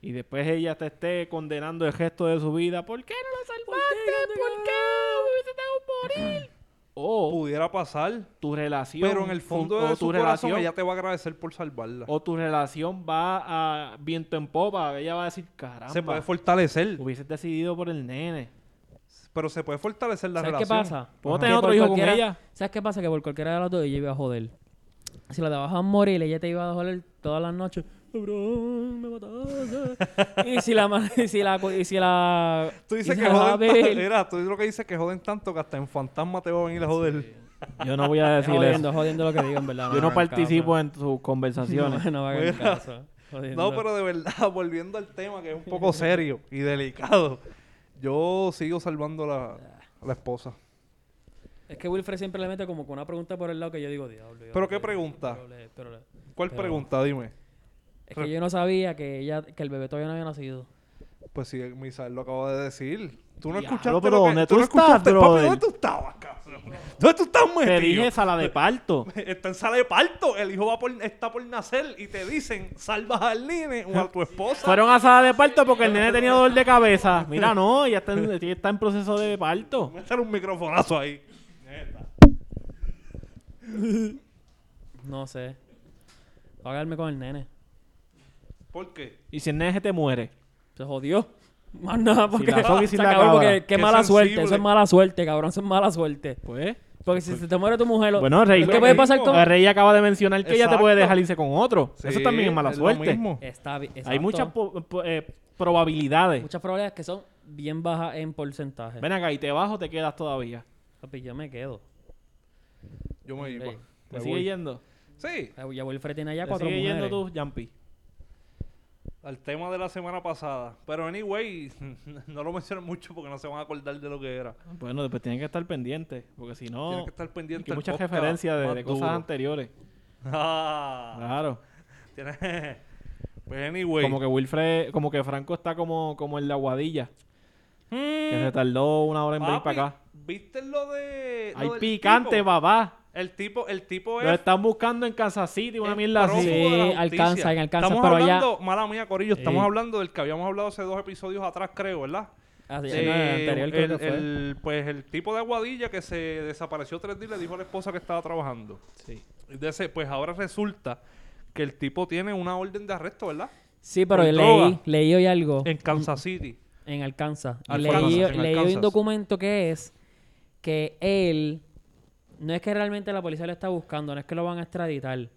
Y después ella te esté condenando el gesto de su vida. ¿Por qué no la salvaste? ¿Por qué? Me hubiese dejado morir. O Pudiera pasar. tu relación... Pero en el fondo o de su tu corazón relación, Oh, ella te va a agradecer por salvarla. O tu relación va a viento en popa. Ella va a decir, caramba. Se puede fortalecer. Hubieses decidido por el nene. Pero se puede fortalecer la ¿Sabes relación. qué pasa? ¿Puedo Que tener por otro hijo con cualquiera- ella? ¿Sabes qué pasa? Que por cualquiera de las dos ella iba a joder. Si la dejaban morir, ella te iba a joder todas las noches. Cabrón, me mataste. y si la... ma- Y si la... Y si la Tú y dices si que la dejaba joden tanto. beber. Mira, tú dices lo que dices que joden tanto que hasta en fantasma te va a venir a joder. Yo no voy a decir eso. Jodiendo, jodiendo lo que digo, en verdad. Yo no hagan participo en sus conversaciones. caso. No, no hagan Mira. caso. Jodiendo. No, pero de verdad, volviendo al tema que es un poco serio y delicado, yo sigo salvando la, la esposa. Es que Wilfred siempre le mete como con una pregunta por el lado que yo digo, diablo. yo ¿Pero no qué sé, pregunta? pero le- pero le- ¿Cuál Pero- pregunta? Dime. Es que yo no sabía que ella, que el bebé todavía no había nacido. Pues sí, Misael lo acaba de decir. Tú no Diablo, escuchaste lo pero que- ¿dónde tú tú no estás, escuchaste, papi, brother? ¿Dónde tú estabas, cabrón? ¿Dónde tú estás metido? Te dije sala de parto. Está en sala de parto, el hijo va por, está por nacer y te dicen, salvas al nene o a tu esposa. Fueron a sala de parto porque el nene tenía dolor de cabeza. Mira, no, ya está en, ella está en proceso de parto. Métale un microfonazo ahí. Neta. No sé. Voy a quedarme con el nene. ¿Por qué? Y si el nene se te muere. Se jodió. Más nada, porque, la soga y se sin la acabó, cámara. porque qué Qué mala suerte. Eso sensible. es mala suerte, cabrón. Eso es mala suerte. Pues. Porque si se te muere tu mujer, lo- Bueno, Rey, lo que puede pasar con... el Rey acaba de mencionar que ella te puede Exacto. dejar irse con otro. Eso Sí, también es mala es lo suerte. Eh, mismo. Está bien. Hay exacto. muchas po- po- eh, probabilidades. muchas probabilidades que son bien bajas en porcentaje. Ven acá, y te bajo, te quedas todavía. Papi, yo me quedo. Yo me iba. Ey, ¿Te Me sigue voy. yendo? Sí, Ya Wilfred tiene ya ¿Te cuatro sigue yendo mujeres. tú, Jampi? al tema de la semana pasada. Pero anyway, no lo mencionen mucho porque no se van a acordar de lo que era. Bueno, después tienen que estar pendientes, porque si no... Tienen que estar pendientes. Hay del muchas podcast referencias de, más de cosas duro. anteriores. Ah, Claro. tiene- Pues anyway. Como que Wilfred, como que Franco está como, como en la guadilla. Mm, Que se tardó una hora en venir papi, para acá. ¿Viste lo de. lo Hay del picante, tipo? papá. El tipo, el tipo Lo es. están buscando en Kansas City, una es mierda prófugo así. de la Sí, justicia. alcanza, en alcanza, Estamos pero allá- hablando, mala mía, Corillo, estamos Ey. hablando del que habíamos hablado hace dos episodios atrás, creo, ¿verdad? Ah, sí, Sí, no, el anterior creo que el- fue. el- pues el tipo de Aguadilla que se desapareció tres días le dijo a la esposa que estaba trabajando. Sí. Y de ese- pues ahora resulta que el tipo tiene una orden de arresto, ¿verdad? Sí, pero por leí, droga. leí hoy algo En Kansas City. en Alcanza. Y Alcanza, leí, en leí hoy Alcanzas. un documento que es que él, no es que realmente la policía lo está buscando, no es que lo van a extraditar.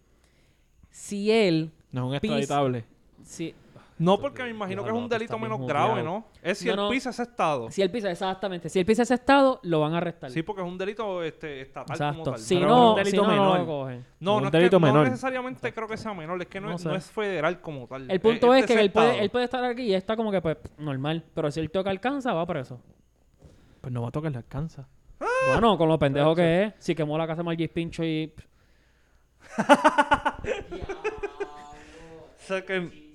Si él, No es un Pis- extraditable. si, No, porque me imagino que es un Diablo, delito está bien menos grave, jodiado. ¿no? Es si No, el no. pisa ese estado. Si él pisa, exactamente. Si él pisa ese estado, lo van a arrestar. Sí, porque es un delito este, estatal como Exacto. tal. Si Pero no, es un si delito no, no menor. lo cogen. No, Un no, es delito que, no menor. necesariamente creo que sea menor, es que no, No es- sé. no es federal como tal. El punto es, de que ese él puede, este estado. él puede estar aquí y está como que pues normal. Pero si él toca alcanza, va preso. Pues no va a tocar, le alcanza. Bueno, con lo pendejo que es. Si quemó la casa de Margis Pincho y. O sea que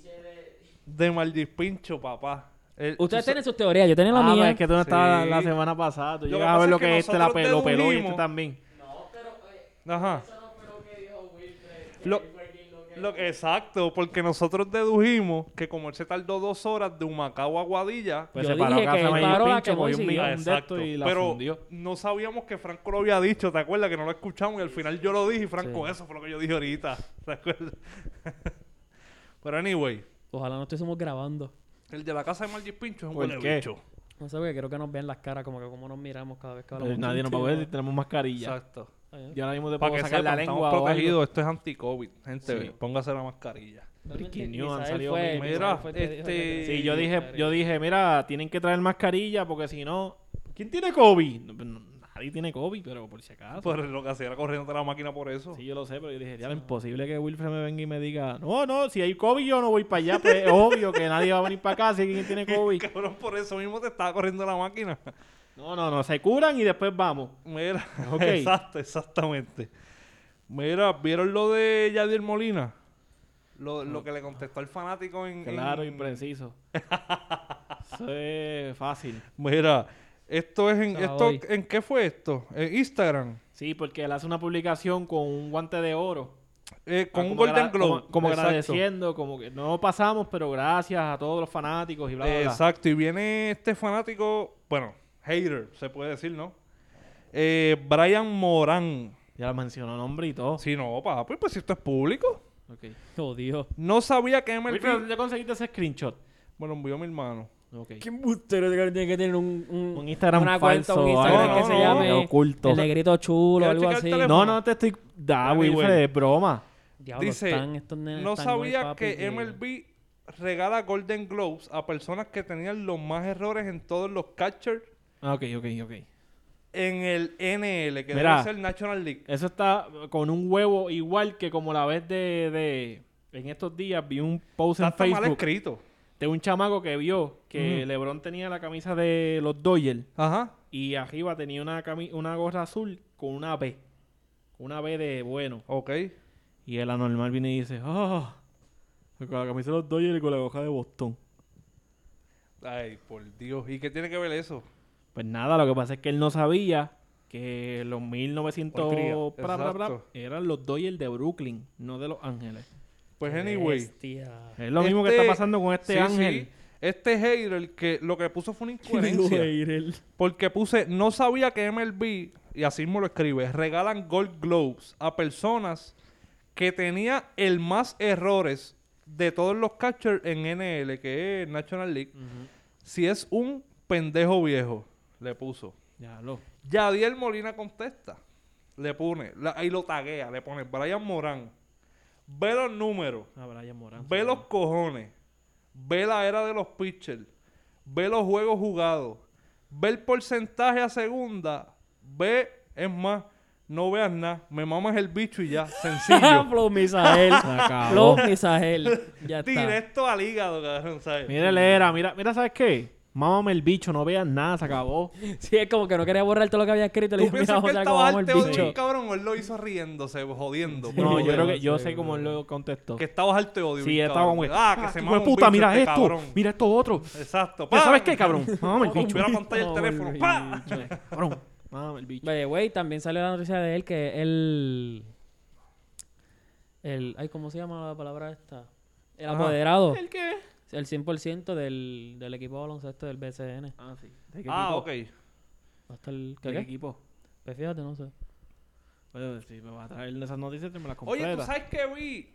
de maldispincho, papá. El- Ustedes tú sa- tienen sus teorías, yo tenía la mía. Ah, pero es que tú no estabas Sí. la, la semana pasada. Tú Lo que llegas a pasa ver es lo que que este la nosotros peló, peló y este dedujimos- también. No, pero eh, Ajá. eso no fue lo que dijo Wilfred. que Lo- él fue quien lo que- Lo- exacto, porque nosotros dedujimos que como él se tardó dos horas de Humacao a Guadilla, Pues Yo se paró dije acá, que se él me dio paró la pincho, que cogió un consiguió. millón de Exacto, esto y la pero fundió. no sabíamos que Franco lo había dicho, ¿te acuerdas? Que no lo escuchamos y al final yo lo dije y Franco, Sí. eso fue lo que yo dije ahorita, ¿te acuerdas? pero anyway, Ojalá no estuviésemos grabando. el de la casa de Margie Pincho es un ¿Por huele qué? bicho. No sé, porque quiero que nos vean las caras, como que como nos miramos cada vez que Pero hablamos. Eh, Nadie nos va a ver si tenemos mascarilla. Exacto. Ay, Y ahora mismo te Para puedo que sacar sepan, la lengua estamos o algo. protegidos, esto es anti-COVID, gente, Sí. póngase la mascarilla. Ricky Misael News, han salido fue- mil- Misael Mira, fue el que dijo que este- tenía Sí, yo que dije, tener- yo dije, mira, tienen que traer mascarilla porque si no... ¿Quién tiene COVID? No, pues, no, nadie tiene COVID, pero por si acaso. Por lo que hacía era corriendo la máquina por eso. Sí, yo lo sé, pero yo dije, ya, imposible que Wilfred me venga y me diga, no, no, si hay COVID yo no voy para allá, pues es obvio que nadie va a venir para acá si alguien tiene COVID. Cabrón, por eso mismo te estaba corriendo la máquina. No, no, no, se curan y después vamos. Mira, Ok. exacto, exactamente. Mira, ¿vieron lo de Yadier Molina? Lo, lo que le contestó al fanático en... Claro y en- preciso. Eso es fácil. Mira, esto es en... Ah, Esto, hoy. ¿En qué fue esto? En Instagram. Sí, porque él hace una publicación con un guante de oro. Eh, con Ah, un como Golden agra- Globe. Como, como Exacto. agradeciendo, como que no pasamos, pero gracias a todos los fanáticos y bla, bla, bla. Exacto, y viene este fanático, bueno, hater, se puede decir, ¿no? Eh, Brian Morán. Ya lo mencionó nombre y todo. Si no, papi, pues si esto es público. Ok. Oh, Dios. No sabía que Wilfred, MLB... ¿dónde conseguiste ese screenshot? Me lo envió mi hermano. Ok. ¿Qué bustero ese cabrón tiene que tener un, un, Un Instagram una falso, cuenta, un Instagram algo. que No, se no, llame oculto. El Negrito Chulo, Quiero algo checar el así. teléfono. No, no te estoy... Da, Anyway. Wilfred, es broma. Diablo, Dice, están estos nenes No tan igual, sabía papi, que MLB regala Golden Globes a personas que tenían los más errores en todos los catchers Ah, Ok, ok, ok. en el NL, que Mira. debe ser National League. Eso está con un huevo igual que como la vez de... de- En estos días vi un post Está en hasta mal Facebook escrito. de un chamaco que vio que Ujú. LeBron tenía la camisa de los Dodgers Ajá. y arriba tenía una, cami- una gorra azul con una B. Una B de bueno. Ok. Y el anormal viene y dice, ¡Ah! con la camisa de los Dodgers y con la hoja de Boston. Ay, por Dios. ¿Y qué tiene que ver eso? Pues nada, lo que pasa es que él no sabía que los 1900 Por cría, pra, pra, pra, exacto. eran los Dodgers de Brooklyn, no de Los Ángeles. Pues Este anyway. Bestia. Es lo mismo que Este- está pasando con este sí, ángel. sí. Este hater que lo que puso fue una incoherencia. Joder. Porque puse, no sabía que MLB, y así me lo escribe, regalan Gold Globes a personas que tenía el más errores de todos los catchers en NL, que es National League. Si es un pendejo viejo, le puso. Ya lo. Yadiel Molina contesta. Le pone, la- ahí lo taguea, le pone Brian Morán. Ve los números. A Brian Morán. Ve los cojones. Ve la era de los pitchers. Ve los juegos jugados. Ve el porcentaje a segunda. Ve, es más, no veas nada. Me mamas el bicho y ya. Sencillo. Flow Misael. acabó. Flow Misael. Ya está. Directo al hígado, cabrón, ¿sabes? Mira el era, mira, mira, ¿sabes qué? Mámame el bicho, no veas nada, se acabó. Sí, es como que no quería borrar todo lo que había escrito. Le ¿Tú dije, mira, piensas que él José, como estaba vamos el al teo de un bicho. cabrón o él lo hizo riéndose, jodiendo? Sí. No, Porque yo yo creo que no yo sé, sé cómo él lo contestó. Que estabas al teo de un Sí, estaba cabrón. como que, Ah, que se hijo mama de un puta, bicho mira este esto, cabrón. mira esto otro. Exacto. ¡Pam! Pero ¿sabes qué, cabrón? Mámame el Como bicho. tuviera pantalla el Mámame el teléfono. ¡Pam! Cabrón, mámame el bicho. Vaya, güey, también salió la noticia de él que él. El, ay, ¿cómo se llama la palabra esta? El Ajá. apoderado. ¿El qué? El 100% del, del equipo de baloncesto del BCN. Ah, sí. ¿De qué Ah, equipo? ok. Hasta el, ¿De ¿Qué? qué qué? equipo? Pues fíjate, no sé. Bueno, si me vas a traer esas noticias, te me las completas. Oye, ¿tú sabes qué vi?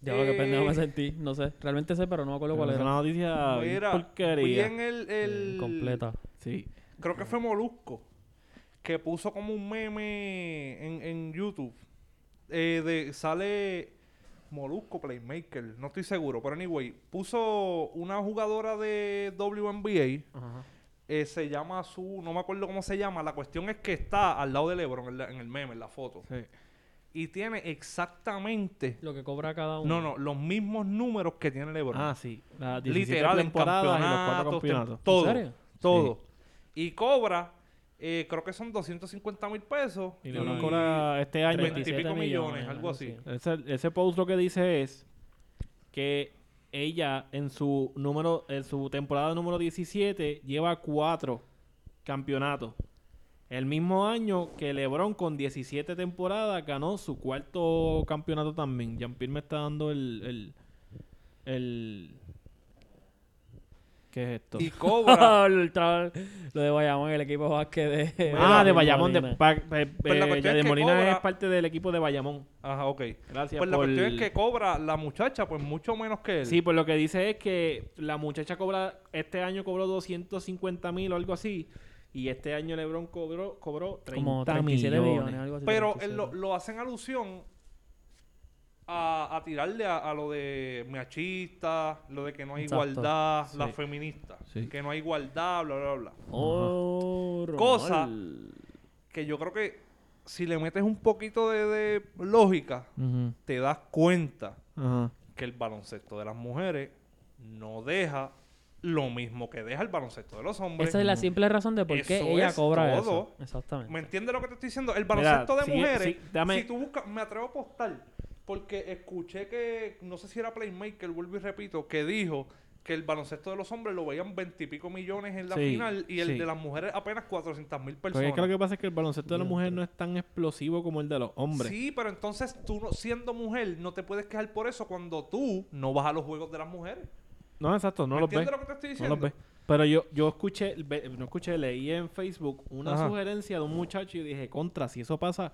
Ya, qué Eh, pendejo me sentí. No sé. Realmente sé, pero no me acuerdo Pero cuál Es era. una noticia Ah, bien Mira, vi porquería. en el, Eh, el- Completa. Sí. Creo que fue Molusco. Que puso como un meme en, en YouTube. eh, de, sale Molusco Playmaker, no estoy seguro, pero anyway, puso una jugadora de WNBA, Ajá. eh, se llama su, no me acuerdo cómo se llama, la cuestión es que está al lado de Lebron en, la- en el meme, en la foto, Sí. y tiene exactamente, Lo que cobra cada uno. no, no, los mismos números que tiene Lebron. Ah, sí. Las 17 Literal, en temporadas y los cuatro campeonatos, campeonatos. tem- todo, ¿En serio? todo. Y cobra, eh, creo que son 250 mil pesos. Y Lebron cobra este año. 20 y pico millones, algo así. Ese, ese post lo que dice es que ella en su número, en su temporada número 17 lleva cuatro campeonatos. El mismo año que LeBron con 17 temporadas ganó su cuarto campeonato también. Jean-Pierre me está dando el, el, el- ¿Qué es esto? Y cobra. El tra- lo de Bayamón, el equipo de básquet de. ah, de Bayamón. De, Molina. pa- pa- Pues la eh, cuestión es Yadier que Molina cobra- es parte del equipo de Bayamón. Ajá, ok. Gracias Pues la por- cuestión es que cobra la muchacha, pues mucho menos que él. Sí, pues lo que dice es que la muchacha cobra, este año cobró 250 mil o algo así, y este año LeBron cobró, cobró 30 Como 37 millones. millones. algo así. Pero 37. él lo, lo hacen alusión a, a tirarle a, a lo de machista, lo de que no hay Exacto. igualdad, la Sí. feminista, Sí. que no hay igualdad, bla, bla, bla. Oh, Román. Cosa que yo creo que si le metes un poquito de, de lógica, Ujú, te das cuenta ajá. que el baloncesto de las mujeres no deja lo mismo que deja el baloncesto de los hombres. Esa es la simple razón de por qué Eso ella es cobra todo. eso. Exactamente. ¿Me entiendes lo que te estoy diciendo? El baloncesto de sigue- mujeres, sí, dame- si tú buscas, me atrevo a apostar, porque escuché que, no sé si era Playmaker, vuelvo y repito, que dijo que el baloncesto de los hombres lo veían veintipico millones en la Sí, final y el sí. de las mujeres apenas 400 mil Porque personas. es que lo que pasa es que el baloncesto de la mujer no es tan explosivo como el de los hombres. Sí, pero entonces tú no- siendo mujer no te puedes quejar por eso cuando tú no vas a los juegos de las mujeres. No, exacto, no ¿Me los ve. entiendes lo que te estoy No diciendo? los ve. Pero yo, yo escuché, ve- no escuché, leí en Facebook una Ajá. sugerencia de un muchacho y dije, contra, si eso pasa,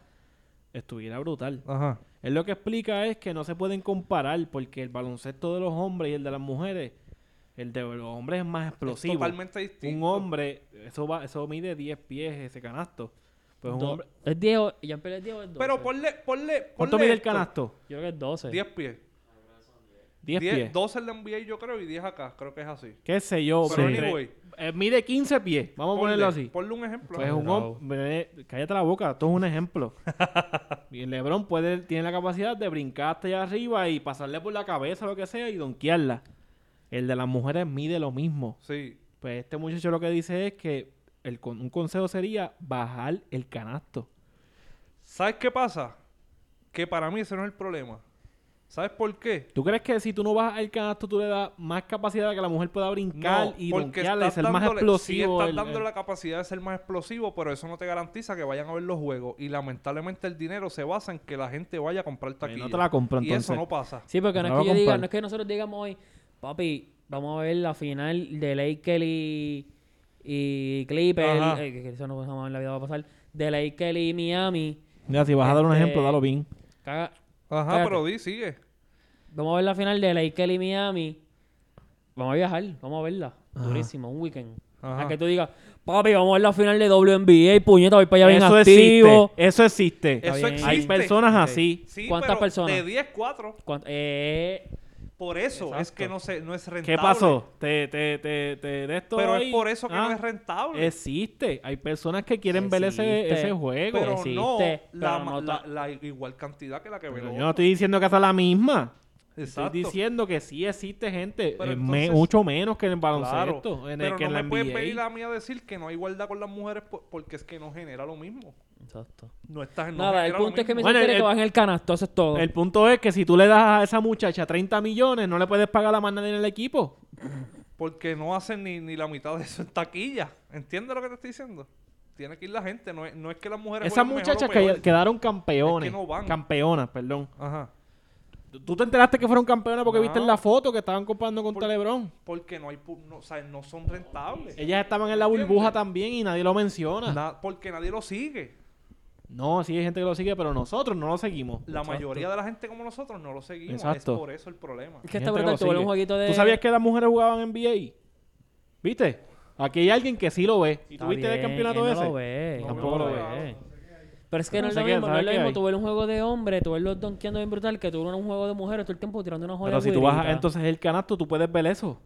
estuviera brutal. Ajá. Él lo que explica es que no se pueden comparar porque el baloncesto de los hombres y el de las mujeres, el de los hombres es más explosivo. Totalmente distinto. un hombre, eso va, eso mide 10 pies ese canasto. Pues un Do- hombre- Es 10, o- ya empecé el 10 o es 12. Pero ponle, ponle, ponle ¿Cuánto mide el esto. canasto? Yo creo que es 12. 10 pies. 10 10, pies. 12 en la NBA yo creo y 10 acá, creo que es así. ¿Qué sé yo? Pero entre- anyway. eh, mide 15 pies, vamos a ponerlo así. Ponle un ejemplo. Pues un hombre, cállate la boca, esto es un ejemplo. y el Lebron puede, tiene la capacidad de brincar hasta allá arriba y pasarle por la cabeza lo que sea y donkearla. El de las mujeres mide lo mismo. Sí. Pues este muchacho lo que dice es que el, con- un consejo sería bajar el canasto. ¿Sabes qué pasa? Que para mí ese no es el problema. ¿Sabes por qué? ¿Tú crees que si tú no bajas el canasto tú le das más capacidad de que la mujer pueda brincar No, y donkearla y estás ser más dándole- explosivo? Sí, estás el- dando el- la capacidad de ser más explosivo, pero eso no te garantiza que vayan a ver los juegos. Y lamentablemente el dinero se basa en que la gente vaya a comprar Pues taquilla. no te la compro Y eso entonces. no pasa. Sí, porque Me no la es que voy a yo diga, comprar. no es que nosotros digamos hoy, papi, vamos a ver la final de Lakers y, y Clippers, Ajá. eh, que que eso no jamás en la vida va a pasar, de Lakers y Miami. Mira, si vas a dar un Este- ejemplo, dalo bien. Caga, Ajá, Espérate. pero di, sigue. vamos a ver la final de Lakers y Miami. Vamos a viajar, vamos a verla. Durísimo, un weekend. Ajá. A que tú digas, papi, vamos a ver la final de WNBA, puñeta, voy para allá bien Eso activo. existe. Eso existe. Eso bien. existe. Hay personas así. Sí, ¿Cuántas pero personas? De 10, 4. Cuan- eh, Por eso es Exacto. que no, se, no es rentable. ¿Qué pasó? Te, te, te, te de esto Pero ahí? es por eso que no Ah, es rentable. Existe. Hay personas que quieren ver ese, Existe. ese juego. pero existe, no, la, pero no la- ta- la igual cantidad que la que ve el Pero yo otro. no estoy diciendo que esa es la misma. Exacto. Estoy diciendo que sí existe gente, Pero eh, me- entonces- mucho menos que en el Claro, baloncesto, en el pero que no en la me puedes NBA. pedir a mí a decir que no hay igualdad con las mujeres po- porque es que no genera lo mismo. exacto. No estás en Nada, el punto es que me Bueno, interesa el- que bajen el canasto, eso es todo. El punto es que si tú le das a esa muchacha 30 millones, no le puedes pagar la mano en el equipo. Porque no hacen ni, ni la mitad de eso en taquilla. ¿Entiendes lo que te estoy diciendo? Tiene que ir la gente. No es, no es que las mujeres. Esas jueguen mejor o muchachas peor. que quedaron campeones. Es que no van. campeonas, perdón. Ajá. ¿Tú- ¿Tú te enteraste que fueron campeonas porque No. viste en la foto que estaban comprando contra Por- Lebrón? Porque no hay. pu- No, o sea, no son rentables. Ellas estaban en la burbuja también y nadie lo menciona. Na- porque nadie lo sigue. No, sí hay gente que lo sigue, pero nosotros no lo seguimos. La Exacto. mayoría de la gente como nosotros no lo seguimos. Exacto. Es por eso el problema. Es que Hay está gente brutal, lo tú vuelves un sigue. jueguito de... ¿Tú sabías que las mujeres jugaban en NBA? ¿Viste? Aquí hay alguien que sí lo ve. ¿Y Está tú viste el bien, campeonato él ese? No lo ve, Tampoco no lo lo ve. Pero es que Pero no es sé lo qué, mismo, no ¿sabes es lo qué mismo hay? tú ver un juego de hombre, tú verlos donkeando bien brutal, que tú ver un juego de mujeres todo el tiempo tirando una joya. Pero si tú vas a- entonces el canasto, tú puedes ver eso.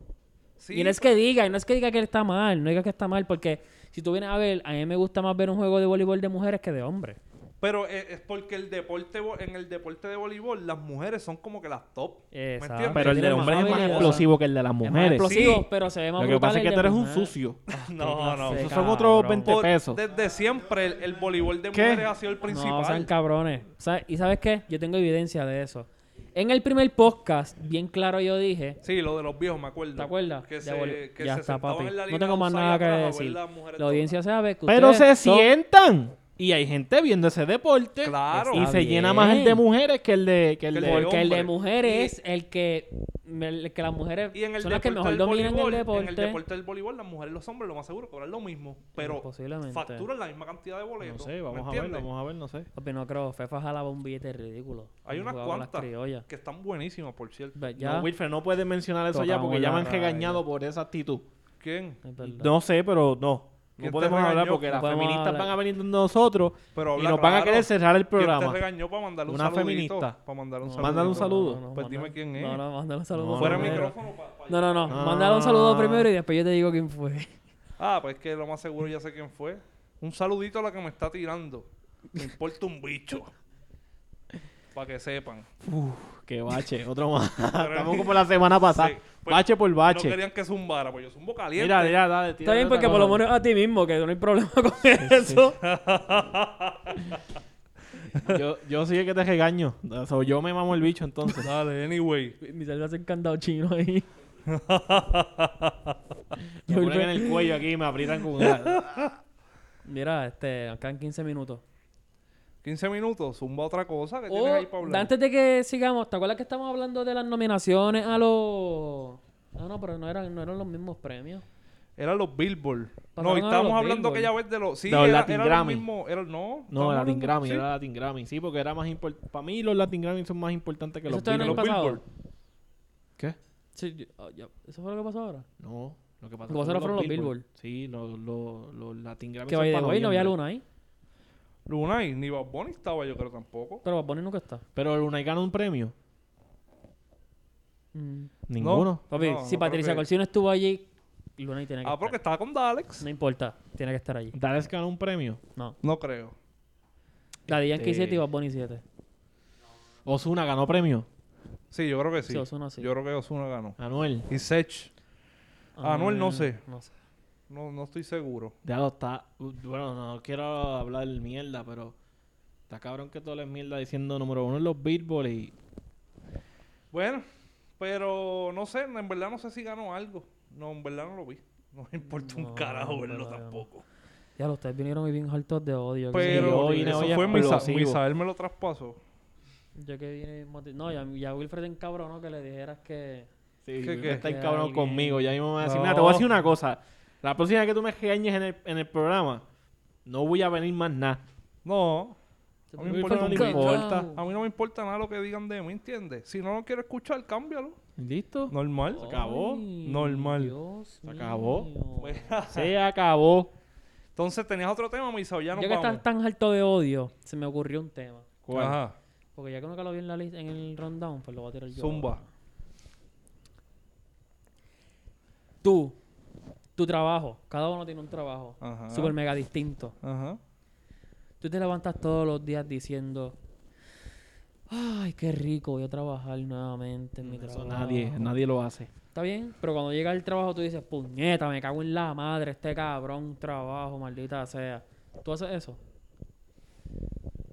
Sí, Y no es que diga, y no es que diga que está mal, no diga que está mal, porque si tú vienes a ver, a mí me gusta más ver un juego de voleibol de mujeres que de hombres. Pero eh, es, es porque el deporte vo- en el deporte de voleibol las mujeres son como que las top. Exacto. entiendes? Pero el de Tiene hombres es más habilidad. explosivo que el de las Es más mujeres. explosivo, Sí. pero se ve más Lo que brutal pasa es el que de tú eres un mujeres. sucio. No, no. Qué Esos son otros cabrón. 20 Por- pesos. desde siempre el, el voleibol de ¿Qué? mujeres ha sido el principal. No, sean cabrones. Sa- ¿Y sabes qué? Yo tengo evidencia de eso. En el primer podcast, bien claro yo dije, Sí, lo de los viejos, me acuerdo. ¿te acuerdas? Que De se, voleibol. que ya se está, sentaban papi. en la No línea tengo más usada nada que para ver decir. las mujeres La audiencia sabe que Pero se ustedes son- sientan. Y hay gente viendo ese deporte. Claro. Y Está se bien. llena más el de mujeres que el de. Que Que el el de- de- Porque el de hombre. mujeres Y- es el que, el que las mujeres Y en el son las que mejor deporte del dominan voleibol, el deporte. En el deporte del voleibol, las mujeres y los hombres, lo más seguro, cobran lo mismo. Pero Posiblemente. facturan la misma cantidad de boletos. No sé, vamos ¿me a ver, entiendes? vamos a ver, no sé. Papi, no creo. Fefa jalaba un billete ridículo. Hay Cuando unas jugaba con las cuantas criollas. que están buenísimas, por cierto. Ve, Ya. No, Wilfred, no puedes mencionar eso ya Tocamos porque ya la me han raya. regañado por esa actitud. ¿Quién? Es verdad. No sé, pero no. ¿Quién te No podemos hablar regañó? porque las No podemos feministas hablar. van a venir donde nosotros Pero y habla nos van a claro. querer cerrar el ¿Quién te programa. regañó para mandar un Una saludito? feminista. Para mandar un No, saludo. Mándale un saludo. Pues dime quién es. No, no, mándale un saludo. No, Fuera no, primero. micrófono. pa- pa- No, no, no. Ah. Mándale un saludo primero y después yo te digo quién fue. Ah, pues que lo más seguro ya sé quién fue. Un saludito a la que me está tirando. Me importa un bicho. Para que sepan. Que bache, otro más. Estamos como la semana pasada. Sí, pues, bache por No bache. querían que zumbara, pues yo zumbo caliente. mira, mira, dale. Está tírale bien otra porque por lo cosa. menos a ti mismo, que no hay problema con eso. Yo, yo sí es que te regaño. O sea, yo me mamo el bicho entonces. Dale, anyway. Mi salga hace encantado chino ahí. Me ponen en el cuello aquí y me aprietan con una... Mira, este, acá en 15 minutos. 15 minutos, zumba otra cosa Oh, que tienes ahí para O, hablar. antes de que sigamos, ¿te acuerdas que estamos hablando de las nominaciones a los... Ah, no, pero no eran, no eran los mismos premios. Eran los Billboard. No, Pasaron y a los estábamos hablando Billboard. aquella vez de los... Sí, De los era, Latin era lo Grammy. mismo... Era, no, No, estábamos Latin hablando- Grammy, sí. era Latin Grammy. Sí, porque era más importante. Para mí los Latin Grammy son más importantes que ¿Eso los todavía no Billboard. ha Los pasado? Billboard. ¿Qué? Sí, yo- ah, ya, ¿Eso fue lo que pasó ahora? No. Lo que pasó Los voceros fueron los Billboard. Sí, los, los, los Latin Grammy Que son vaya para hoy no había noviembre. luna ahí. Lunay, ni Bad Bunny estaba yo creo tampoco. Pero Bad Bunny nunca está. Pero Lunay ganó un premio. Mm. Ninguno. Papi, No, si no Patricia creo que- Corsino estuvo allí, Luna tiene que Ah, estar. porque estaba con Dalex. No importa, tiene que estar allí. Este Dallas ganó un premio. No. No creo. Daddy Yankee Este- 7 y Bad Bunny 7. Osuna ganó premio. Sí, yo creo que sí. Sí, Ozuna sí. Yo creo que Osuna ganó. Anuel. Y Sech. Ah, Anuel no sé. No sé. No, no estoy seguro. Ya lo está. uh, Bueno, no quiero hablar mierda, pero está cabrón que todo es mierda diciendo número uno en los Billboard y. Bueno, pero no sé, en verdad no sé si ganó algo. No, en verdad no lo vi. No me importa un No, carajo en verlo verdad, tampoco. Ya lo ustedes vinieron hoy bien hartos de odio. Sí, Pero hoy, eso hoy fue Misa- explosivo. Misael me lo traspasó. Yo que vine bien moti- No, ya, ya Wilfred encabronó que le dijeras que. Sí, ¿Qué, me qué? está el Que cabrón alguien- conmigo. Ya mismo me va a decir, No. mira, te voy a decir una cosa. La próxima vez que tú me regañes en el, en el programa, no voy a venir más nada. No, A mí me Wilfred importa no un le carajo. importa. a mí no me importa nada lo que digan de mí, ¿entiendes? Si no lo quiero escuchar, cámbialo. ¿Listo? Normal. Se acabó. Ay, Normal. Pues, Dios Se acabó. mío. Se acabó. Entonces tenías otro tema, Misael, ya Ya no que estás tan harto de odio, se me ocurrió un tema. ¿Cuál? Ajá, Porque ya que nunca lo vi en la lista, en el rundown, pues lo voy a tirar yo. zumba. Tú, tu trabajo, cada uno tiene un trabajo Ajá. súper mega distinto. Ajá. Tú te levantas todos los días diciendo, ay, qué rico, voy a trabajar nuevamente en mi Eso trabajo. nadie, nadie lo hace. Está bien, pero cuando llega el trabajo tú dices, puñeta, me cago en la madre, este cabrón, trabajo, maldita sea. Tú haces eso,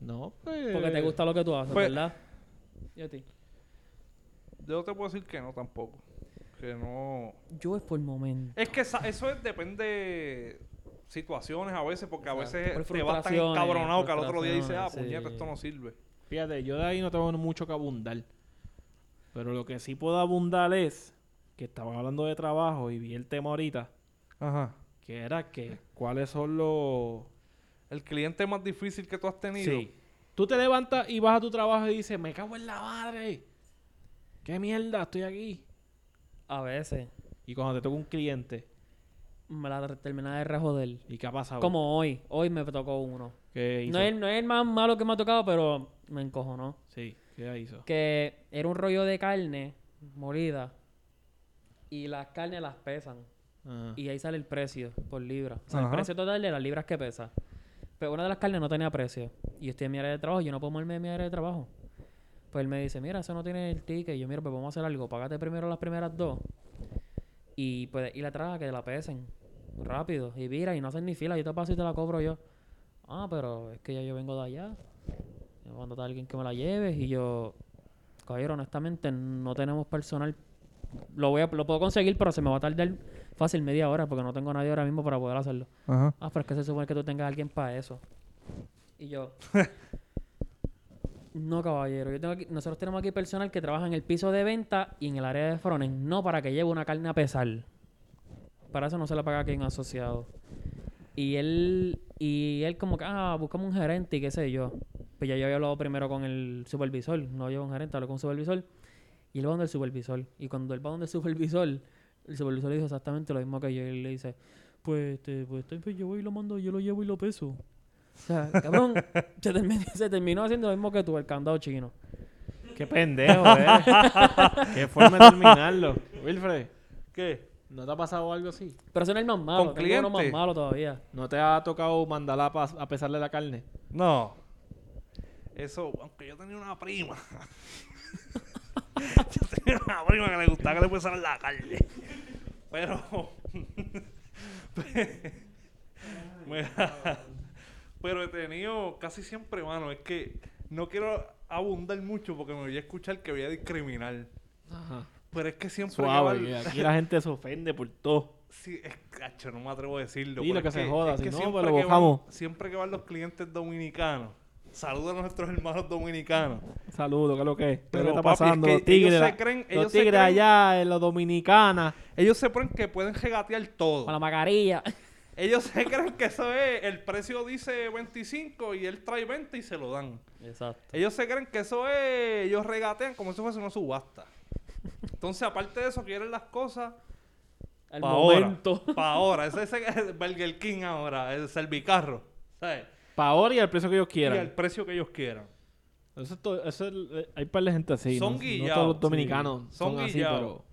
No, pues. porque te gusta lo que tú haces, pues- ¿verdad? Y a ti. Yo te puedo decir que no tampoco. Que no. Yo es por momento. Es que esa- eso es- depende situaciones a veces, porque a Exacto, veces por te vas tan frustraciones, encabronado que al otro día dices, ah, frustraciones, puñeta, sí. esto no sirve. Fíjate, yo de ahí no tengo mucho que abundar. Pero lo que sí puedo abundar es que estaban hablando de trabajo y vi el tema ahorita, Ajá. que era que cuáles son los... El cliente más difícil que tú has tenido. Sí. Tú te levantas y vas a tu trabajo y dices, me cago en la madre. ¿Qué mierda? Estoy aquí. A veces Y cuando te toca un cliente, me la termina de rejoder. Ah, ¿y qué ha pasado? Como hoy, hoy me tocó uno. ¿Qué hizo? No es, no es el más malo que me ha tocado, pero me encojonó. Sí, ¿qué hizo? Que era un rollo de carne molida y las carnes las pesan. Ah. Y ahí sale el precio por libra. O sea, Ajá. el precio total de las libras que pesa. Pero una de las carnes no tenía precio. Y yo estoy en mi área de trabajo. Yo no puedo moverme de mi área de trabajo. Pues él me dice, mira, eso no tiene el ticket. Y yo, mira, pues vamos a hacer algo. Págate primero las primeras dos. Y pues ir atrás a que la pesen. Rápido. Y mira, y no hacen ni fila. Yo te paso y te la cobro yo. Ah, pero es que ya yo vengo de allá. Me va a mandar a alguien que me la lleve. Y yo, caballero, honestamente, no tenemos personal lo voy a, lo puedo conseguir, pero se me va a tardar fácil media hora porque no tengo nadie ahora mismo para poder hacerlo. Ajá. Ah, pero es que se supone que tú tengas a alguien para eso. Y yo. no, caballero. Yo tengo aquí- nosotros tenemos aquí personal que trabaja en el piso de venta y en el área de fronen. No para que lleve una carne a pesar. Para eso no se la paga aquí en asociado. Y él, y él como que, ah, buscamos un gerente y qué sé yo. Pues ya yo había hablado primero con el supervisor. No llevo un gerente, hablé con un supervisor. Y él va donde el supervisor. Y cuando él va donde el supervisor, el supervisor le dijo exactamente lo mismo que yo. Y él le dice, pues, este, pues, este, pues, yo voy y lo mando, yo lo llevo y lo peso. O sea, cabrón, se, termi- se terminó haciendo lo mismo que tú, el candado chino. Qué pendejo, eh. Qué forma de terminarlo. Wilfred, ¿Qué? ¿no te ha pasado algo así? Pero ese no es el más malo. ¿Con tengo uno más cliente? malo todavía. ¿No te ha tocado mandarla a pas- a pesarle la carne? No. Eso, aunque yo tenía una prima. yo tenía una prima que le gustaba que le pusieran la carne. Pero. Mira, pero he tenido casi siempre, mano. Es que no quiero abundar mucho porque me voy a escuchar que voy a discriminar. Ajá. Pero es que siempre. Suave, lleva- que aquí la gente se ofende por todo. Sí, es cacho, no me atrevo a decirlo. Dilo pero que es se joda, es si no, siempre pues lo que van- bojamos. siempre que van los clientes dominicanos, saludan a nuestros hermanos dominicanos. Saludos, ¿qué es lo que es? ¿Qué es Pero, lo que está papi, es pasando? que los tigres, ellos se la- creen- los ellos se tigres creen- allá, en los dominicanas. Ellos se creen que pueden regatear todo. Con la mascarilla. Ellos se creen que eso es, el precio dice 25 y él trae 20 y se lo dan. Exacto. Ellos se creen que eso es, ellos regatean como si fuese una subasta. Entonces, aparte de eso, quieren las cosas Al pa' momento. ahora. Para ahora. Ese ese es el Burger King ahora, el servicarro. ¿Sabes? Para ahora y al precio que ellos Y quieran. al precio que ellos quieran. Eso es to- eso es- eh, hay par de gente así. Son no, No guillados, todos los dominicanos sí. Son son, así, guillados. pero...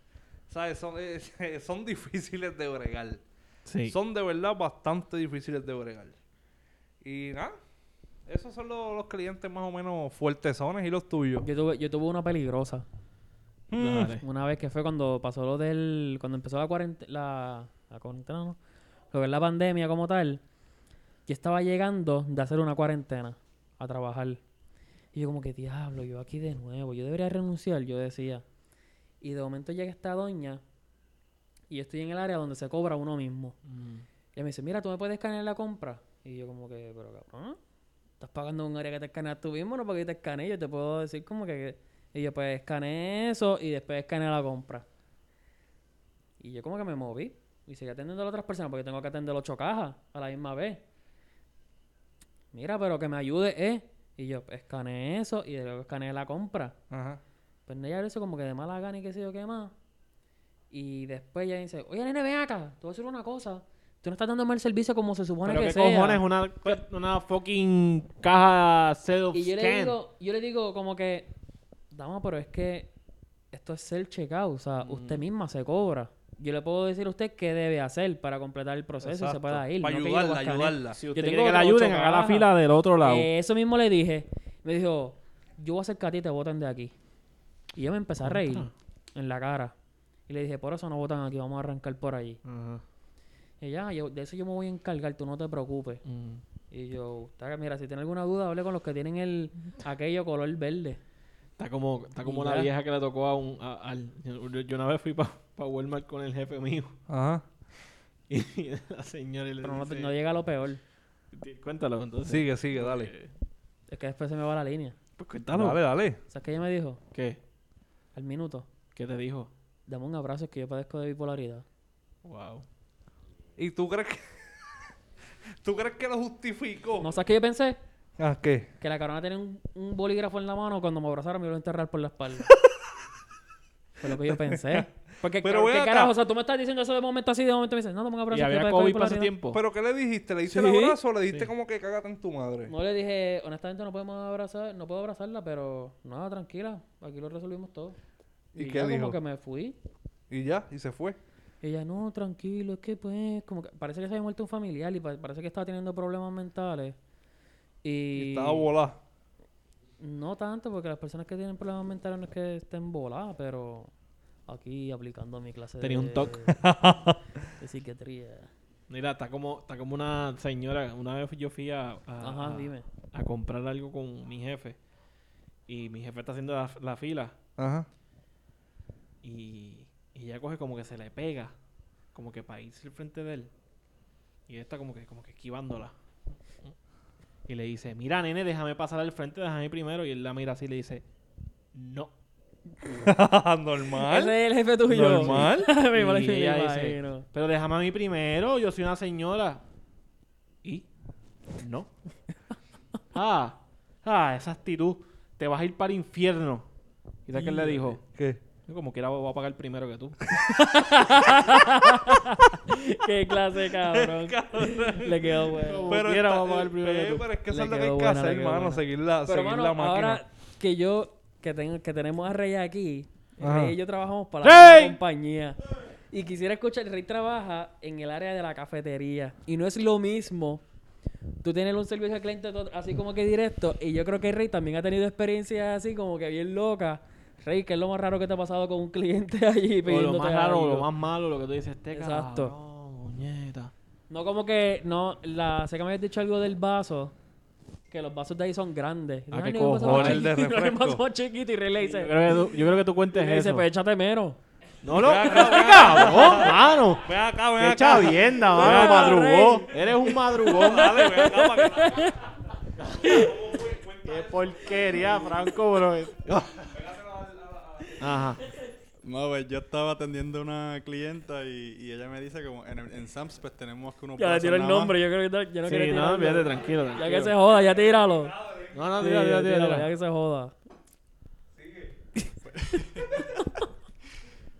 ¿Sabes? Son, eh, son difíciles de bregar. Sí. Son de verdad bastante difíciles de bregar. Y nada, esos son lo- los, clientes más o menos fuertezones y los tuyos. Yo tuve, yo tuve una peligrosa. Dale. Una vez que fue cuando pasó lo del. Cuando empezó la cuarentena. La, la cuarentena, no. Lo que es la pandemia como tal. Yo estaba llegando de hacer una cuarentena a trabajar. Y yo, como que diablo, yo aquí de nuevo. Yo debería renunciar, yo decía. Y de momento llega esta doña. Y yo estoy en el área donde se cobra uno mismo. Y ella me dice, mira, tú me puedes escanear la compra. Y yo, como que, pero cabrón. Estás pagando un área que te escaneas tú mismo, no para que yo te escanee. Yo te puedo decir, como que. Y yo, pues escaneé eso y después escaneé la compra. Y yo como que me moví. Y seguí atendiendo a las otras personas porque tengo que atender ocho cajas a la misma vez. Mira, pero que me ayude, ¿eh? Y yo pues, escaneé eso y luego escaneé la compra. Ajá. Pues ella lo hizo como que de mala gana y qué sé yo qué más. Y después ella dice, oye, nene, ven acá. Te voy a decir una cosa. Tú no estás dándome el servicio como se supone Pero que qué sea. cojones una, Pues- una fucking caja self Y yo le scan. digo, yo le digo como que, dama, pero es que esto es el checkout, o sea, usted misma se cobra. Yo le puedo decir a usted qué debe hacer para completar el proceso y se Exacto. Ah, pueda ir. Para no que yo lo ayudarla, escanee. ayudarla. Si usted tengo quiere que la ocho ayuden, haga la cajas. fila del otro lado. Eh, eso mismo le dije. Me dijo, yo voy a hacer que a ti te voten de aquí. Y yo me empecé a reír en la cara. Y le dije, por eso no votan aquí, vamos a arrancar por allí. Ajá. Y ella, "Ah, yo- de eso yo me voy a encargar, tú no te preocupes. Mm. Y yo, "Taca, mira, si tiene alguna duda, hable con los que tienen el aquello color verde. Está como, está como la Ya. vieja que le tocó a un... a- al- yo, yo una vez fui para Walmart con el jefe mío. Ajá. Y la señora le Pero no, dice... no llega a lo peor. "Di- Cuéntalo, entonces. Sigue, sigue, dale. Eh, Es que después se me va la línea. Pues cuéntalo. Dale, dale. ¿Sabes qué ella me dijo? ¿Qué? Al minuto. ¿Qué te dijo? Dame un abrazo, es que yo padezco de bipolaridad. Wow. ¿Y tú crees que... ¿Tú crees que lo justificó? ¿No sabes qué yo pensé? Ah, ¿qué? Que la carona tenía un, un bolígrafo en la mano cuando me abrazara me iba a enterrar por la espalda. Fue lo que yo pensé. Porque, Pero ¿qué ven acá. carajo? O sea, tú me estás diciendo eso de momento así, de momento me dices, no, toma un abrazo. Y había para por la COVID para ese vida. tiempo. ¿Pero qué le dijiste? ¿Le diste Sí. el abrazo o le dijiste Sí. como que cagate en tu madre? No le dije, honestamente no podemos abrazar, no puedo abrazarla, pero nada, tranquila, aquí lo resolvimos todo. ¿Y qué ya dijo? como que me fui. Y ya, y se fue. Ella, no, tranquilo, es que pues, como que parece que se había muerto un familiar y pa- parece que estaba teniendo problemas mentales. Y Y estaba volada. no tanto, porque las personas que tienen problemas mentales no es que estén voladas, pero aquí aplicando mi clase Tenía un de- toc. de psiquiatría. Mira, está como, está como una señora. Una vez yo fui a, a- Ajá, a- dime. a comprar algo con mi jefe. Y mi jefe está haciendo la, la fila. Ajá. Y, y ella coge como que se le pega. Como que para irse al frente de él. Y ella está como que, como que esquivándola. Y le dice, mira, nene, déjame pasar al frente, déjame primero. Y él la mira así y le dice, no. Normal. Ese es el jefe tuyo. Normal. Me Y imagino, me ella dice, imagino. pero déjame a mí primero, yo soy una señora. ¿Y? No. ah, ah, esa actitud. Te vas a ir para el infierno. ¿Y sabes qué él le dijo? ¿Qué? Yo como quiera voy a pagar primero que tú. Qué clase de cabrón. Le quedó bueno. Como quiera está- vamos a ver primero eh, que tú. pero es que Le eso es lo que quedó hay que buena, le hacer, quedó hermano. buena. Seguir la, Pero seguir mano, la máquina. ahora que yo, que, tengo, que tenemos a Rey aquí, Ajá. Rey y yo trabajamos para la ¡Rey! misma compañía. Y quisiera escuchar, Rey trabaja en el área de la cafetería. Y no es lo mismo tú tienes un servicio al cliente to- así como que directo. Y yo creo que Rey también ha tenido experiencias así como que bien locas. Rey, ¿qué es lo más raro que te ha pasado con un cliente allí? O lo pidiéndote más raro, o algo? lo más malo, lo que tú dices, este Exacto. cabrón, muñeta. No como que, no, la, sé que me habías dicho algo del vaso, que los vasos de ahí son grandes. Ah, qué que cojo cojones. El de refresco. vaso más chiquito y Rey le dice, Yo creo que tú, yo creo que tú y cuentes le dice, eso. pues échate menos. No lo cabrón, mano. Ven acá, ven Qué acá. chavienda, mano, Mira, madrugó. Eres un madrugón. Dale, ven acá para que- Qué porquería, Franco, bro. Ajá. No, pues yo estaba atendiendo a una clienta y, y ella me dice que en, en Sam's pues tenemos que unos Ya le vasos tiró el nada más. nombre, yo creo que yo no Sí, quería no, tirarlo. olvídate, Ah, tranquilo, Ya que se tranquilo. joda, ya tíralo. No, no, Sí, tira, tira, tira, tíralo, tira. Ya que se joda.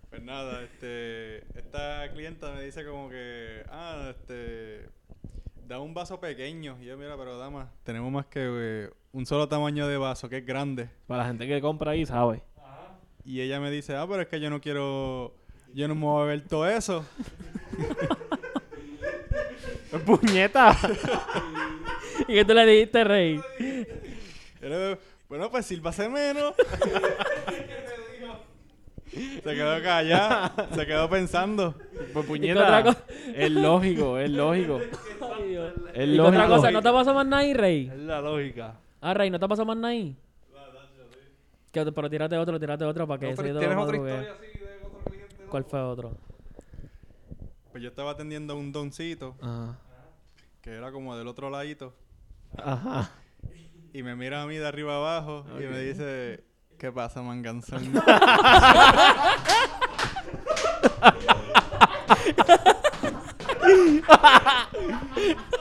Pues nada, este, esta clienta me dice como que, ah, este, da un vaso pequeño. Y yo, mira, pero dama, tenemos más que eh, un solo tamaño de vaso, que es grande. Para la gente que compra ahí, sabe. Y ella me dice, ah, pero es que yo no quiero, yo no me voy a beber todo eso. ¡Puñeta! ¿Y qué tú le dijiste, Rey? Yo le digo, bueno, pues sírvase menos. se quedó callada, se quedó pensando. Pues otra puñeta. cosa? Es lógico, es lógico. Ay, Dios. Es ¿Y qué otra cosa? ¿No lógico. te pasó más nada ahí, Rey? Es la lógica. Ah, Rey, ¿no te pasó más nada ahí? Que otro- Pero tírate otro, tírate otro para que No, ese pero yo te lo ¿Tienes otra madrugué. historia así de otro cliente? ¿Cuál fue otro? Pues yo estaba atendiendo a un doncito, Ajá. que era como del otro ladito. Ajá. Y me mira a mí de arriba abajo y me dice, ¿qué pasa, manganzón?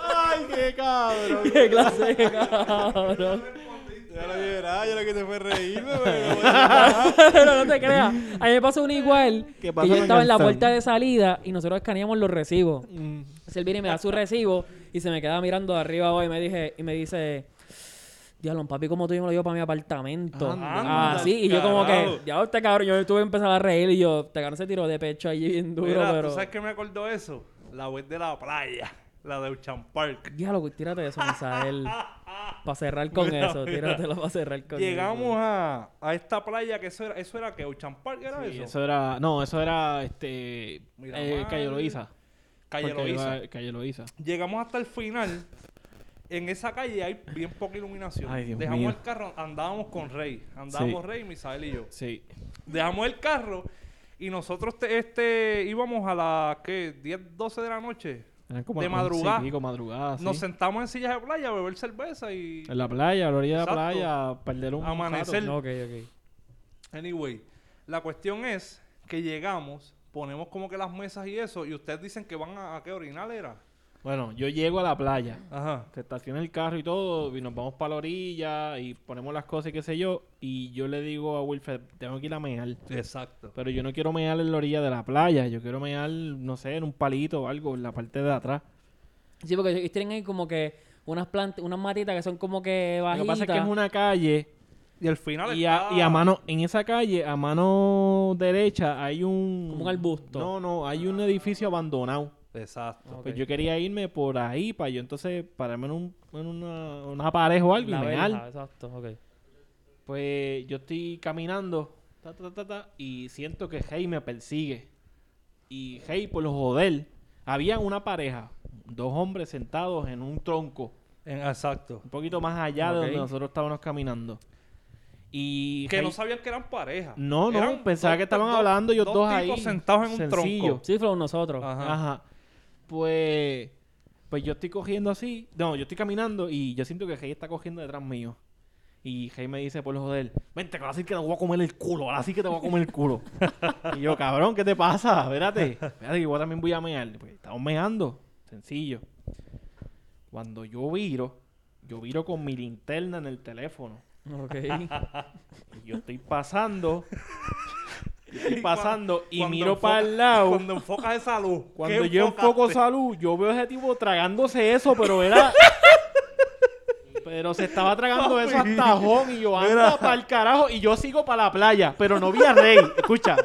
¡Ay, qué cabrón! ¡Qué clase de cabrón! yo le dije, ah, yo lo que te fue reírme, pero no voy a decir nada". Pero no te creas. A mí me pasó un igual. ¿Qué Que pasa yo con estaba en la Gansán? puerta de salida y nosotros escaneamos los recibos. Mm. Entonces él viene y me da su recibo y se me queda mirando de arriba abajo y me dije, y me dice, diablo, papi, ¿cómo tú y me lo llevo para mi apartamento? Anda, ah, sí. Y yo como que, carajo. ya este cabrón, yo me tuve que empezar a reír y yo, te ganas ese tiro de pecho allí bien duro, Mira, pero. ¿tú sabes qué me acordó eso? La web de la playa. La de Ocean Park. Diablo, tírate eso, Misael. para cerrar con Mira, eso, mira. tíratelo para cerrar con Llegamos eso. a, a esta playa que eso era, eso era que Ocean Park era Sí, eso. eso era... No, eso era, este... Eh, Miramar. Calle Loíza. Calle Porque Loíza. iba- Calle Loíza. Llegamos hasta el final. En esa calle hay bien poca iluminación. Ay, Dios Dejamos mío. el carro, andábamos con Rey. Andábamos Rey, Misael y yo. Sí. Dejamos el carro y nosotros te- este íbamos a las ¿qué? 10, 12 de la noche. Eran como De las once y madrugada. pico, madrugada, Ah, sí. Nos sentamos en sillas de playa a beber cerveza y En la playa, a la orilla de la Exacto. playa, a perder un Amanecer. rato. No, ok, ok. Anyway, la cuestión es que llegamos, ponemos como que las mesas y eso, y ustedes dicen que van a, a qué orinal era. Bueno, yo llego a la playa. Ajá. Se estaciona el carro y todo, y nos vamos para la orilla y ponemos las cosas y qué sé yo. Y yo le digo a Wilfred, tengo que ir a mear. Exacto. Pero yo no quiero mear en la orilla de la playa, yo quiero mear, no sé, en un palito o algo, en la parte de atrás. Sí, porque ellos tienen ahí como que unas plantas, unas matitas que son como que Lo que bajitas. pasa es que es una calle Y al final y a, está... y a mano, en esa calle, a mano derecha, hay un... Como un arbusto. No, no, hay un edificio abandonado. Exacto. Pues yo quería irme por ahí para yo entonces pararme en, un, en una, una pared o algo y La mear. verja, exacto, ok. Pues yo estoy caminando ta, ta, ta, ta, y siento que Hey me persigue. Y Hey, por los joder, había una pareja, dos hombres sentados en un tronco, En- exacto. un poquito más allá de donde Ok. nosotros estábamos caminando. Y Que Hey- no sabían que eran pareja. No, no, Eran pensaba dos- que estaban dos- hablando ellos dos, ahí. tipos sentados en un Sencillo. tronco. Sí, Flow, nosotros. Ajá. Ajá. Pues, pues yo estoy cogiendo así. No, yo estoy caminando y yo siento que Hey está cogiendo detrás mío. Y Hey me dice por los joder, vente, que ahora sí que te voy a comer el culo, ahora sí que te voy a comer el culo. y yo, cabrón, ¿qué te pasa? Espérate, espérate, igual también voy a mear. Pues, estamos meando, sencillo. Cuando yo viro, yo viro con mi linterna en el teléfono. Ok. Y yo estoy pasando, yo estoy Y cua- pasando y cuando miro enfoca- para el lado. Cuando enfocas esa luz. ¿qué Cuando yo enfoco enfocaste? salud, yo veo a ese tipo tragándose eso, pero era. pero se estaba tragando eso Papi. hasta jón y yo Mira. anda para el carajo y yo sigo para la playa, pero no vi a Rey. Escucha,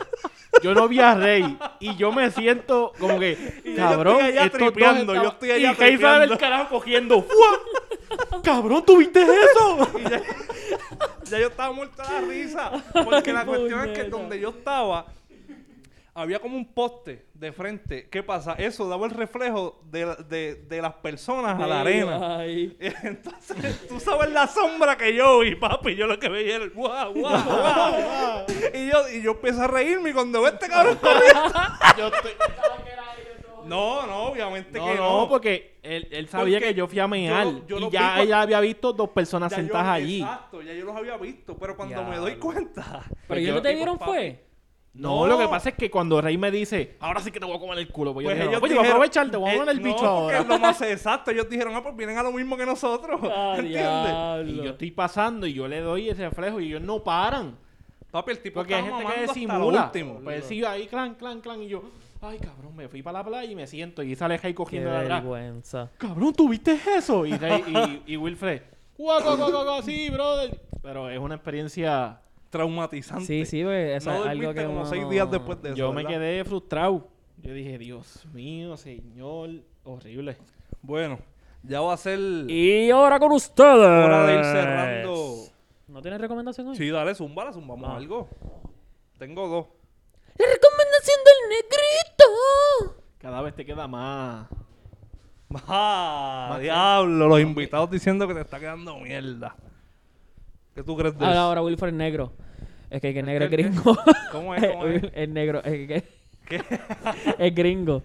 yo no vi a Rey y yo me siento como que, Y yo cabrón, estoy allá estos dos tripeando, yo estaban- estoy allá y Rey sale tripeando. del carajo cogiendo. ¡Fua! Cabrón, ¿tuviste eso? Y ya, ya yo estaba muerta de la risa. Porque la cuestión es que Puñeta. donde yo estaba había como un poste de frente. ¿Qué pasa? Eso daba el reflejo de, la- de- de las personas a la arena. Ay. Entonces, tú sabes la sombra que yo vi, papi. Yo lo que veía era el guau, guau, Ah, guau. Y yo, y yo empecé a reírme y cuando veo este cabrón corriendo. Yo estoy- Pensaba que era ellos dos. No, no, obviamente No, que no, no. porque él, él sabía Porque que yo fui a mear yo lo- yo y lo ya vi- ella había visto dos personas Ya yo- sentadas allí. Exacto, ya yo los había visto. Pero cuando me Diablo. doy cuenta. Pero yo- ellos no te tipo, vieron papi, fue. No, No. lo que pasa es que cuando Rey me dice, ahora sí que te voy a comer el culo, pues, yo Pues dije, ellos "Oye, voy a dijeron- aprovechar, te voy a eh, poner el no, bicho porque ahora. es lo más exacto. Ellos dijeron, ah, pues vienen a lo mismo que nosotros. Ah, ¿Entiendes? diablo. Y yo estoy pasando y yo le doy ese reflejo y ellos no paran. Papi, el tipo Porque hay está gente mamando que hasta lo disimula. último. Pues sí, ahí clan, clan, clan. Y yo, ay, cabrón, me fui para la playa y me siento. Y sale Rey Qué cogiendo de atrás. vergüenza. Cabrón, ¿tuviste eso? Y, Rey- y, y Wilfred, guau, guau, guau, guau, guau, sí, brother. Pero es una experiencia... Traumatizante. Sí, sí, pues, eso no es algo dormiste que como uno seis no- días después de eso. Yo me ¿verdad? quedé frustrado. Yo dije, Dios mío, señor, horrible. Bueno, ya va a ser Y pues. ahora con ustedes. hora de ir cerrando. ¿No tienes recomendación hoy? Sí, dale, zúmbala, zumbamos Ah. algo. Tengo dos. La recomendación del negrito. Cada vez te queda más. ¡Ah! Más que- diablo, los invitados diciendo que te está quedando mierda. ¿Qué tú crees de Ahora, eso? Ah, ahora Wilfred negro. Es que, que el negro es que- gringo. ¿Cómo es? ¿Cómo es? El negro es que ¿Qué? es gringo.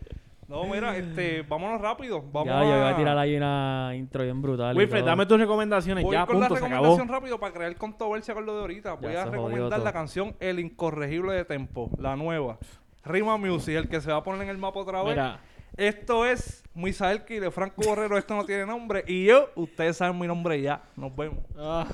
No, mira, este, vámonos rápido. Vamos Ya, yo a... voy a tirar ahí una intro bien brutal. y Wilfred, todo. dame tus recomendaciones. Voy ya, con la punto, se acabó. recomendación rápido para crear controversia con lo de ahorita. Voy Ya a se jodió recomendar todo. la canción El Incorregible de Tempo, la nueva. Rima Music, el que se va a poner en el mapa otra vez. Mira, Esto es Misael Kile, Franco Borrero, esto no tiene nombre. Y yo, ustedes saben mi nombre ya. Nos vemos. ah.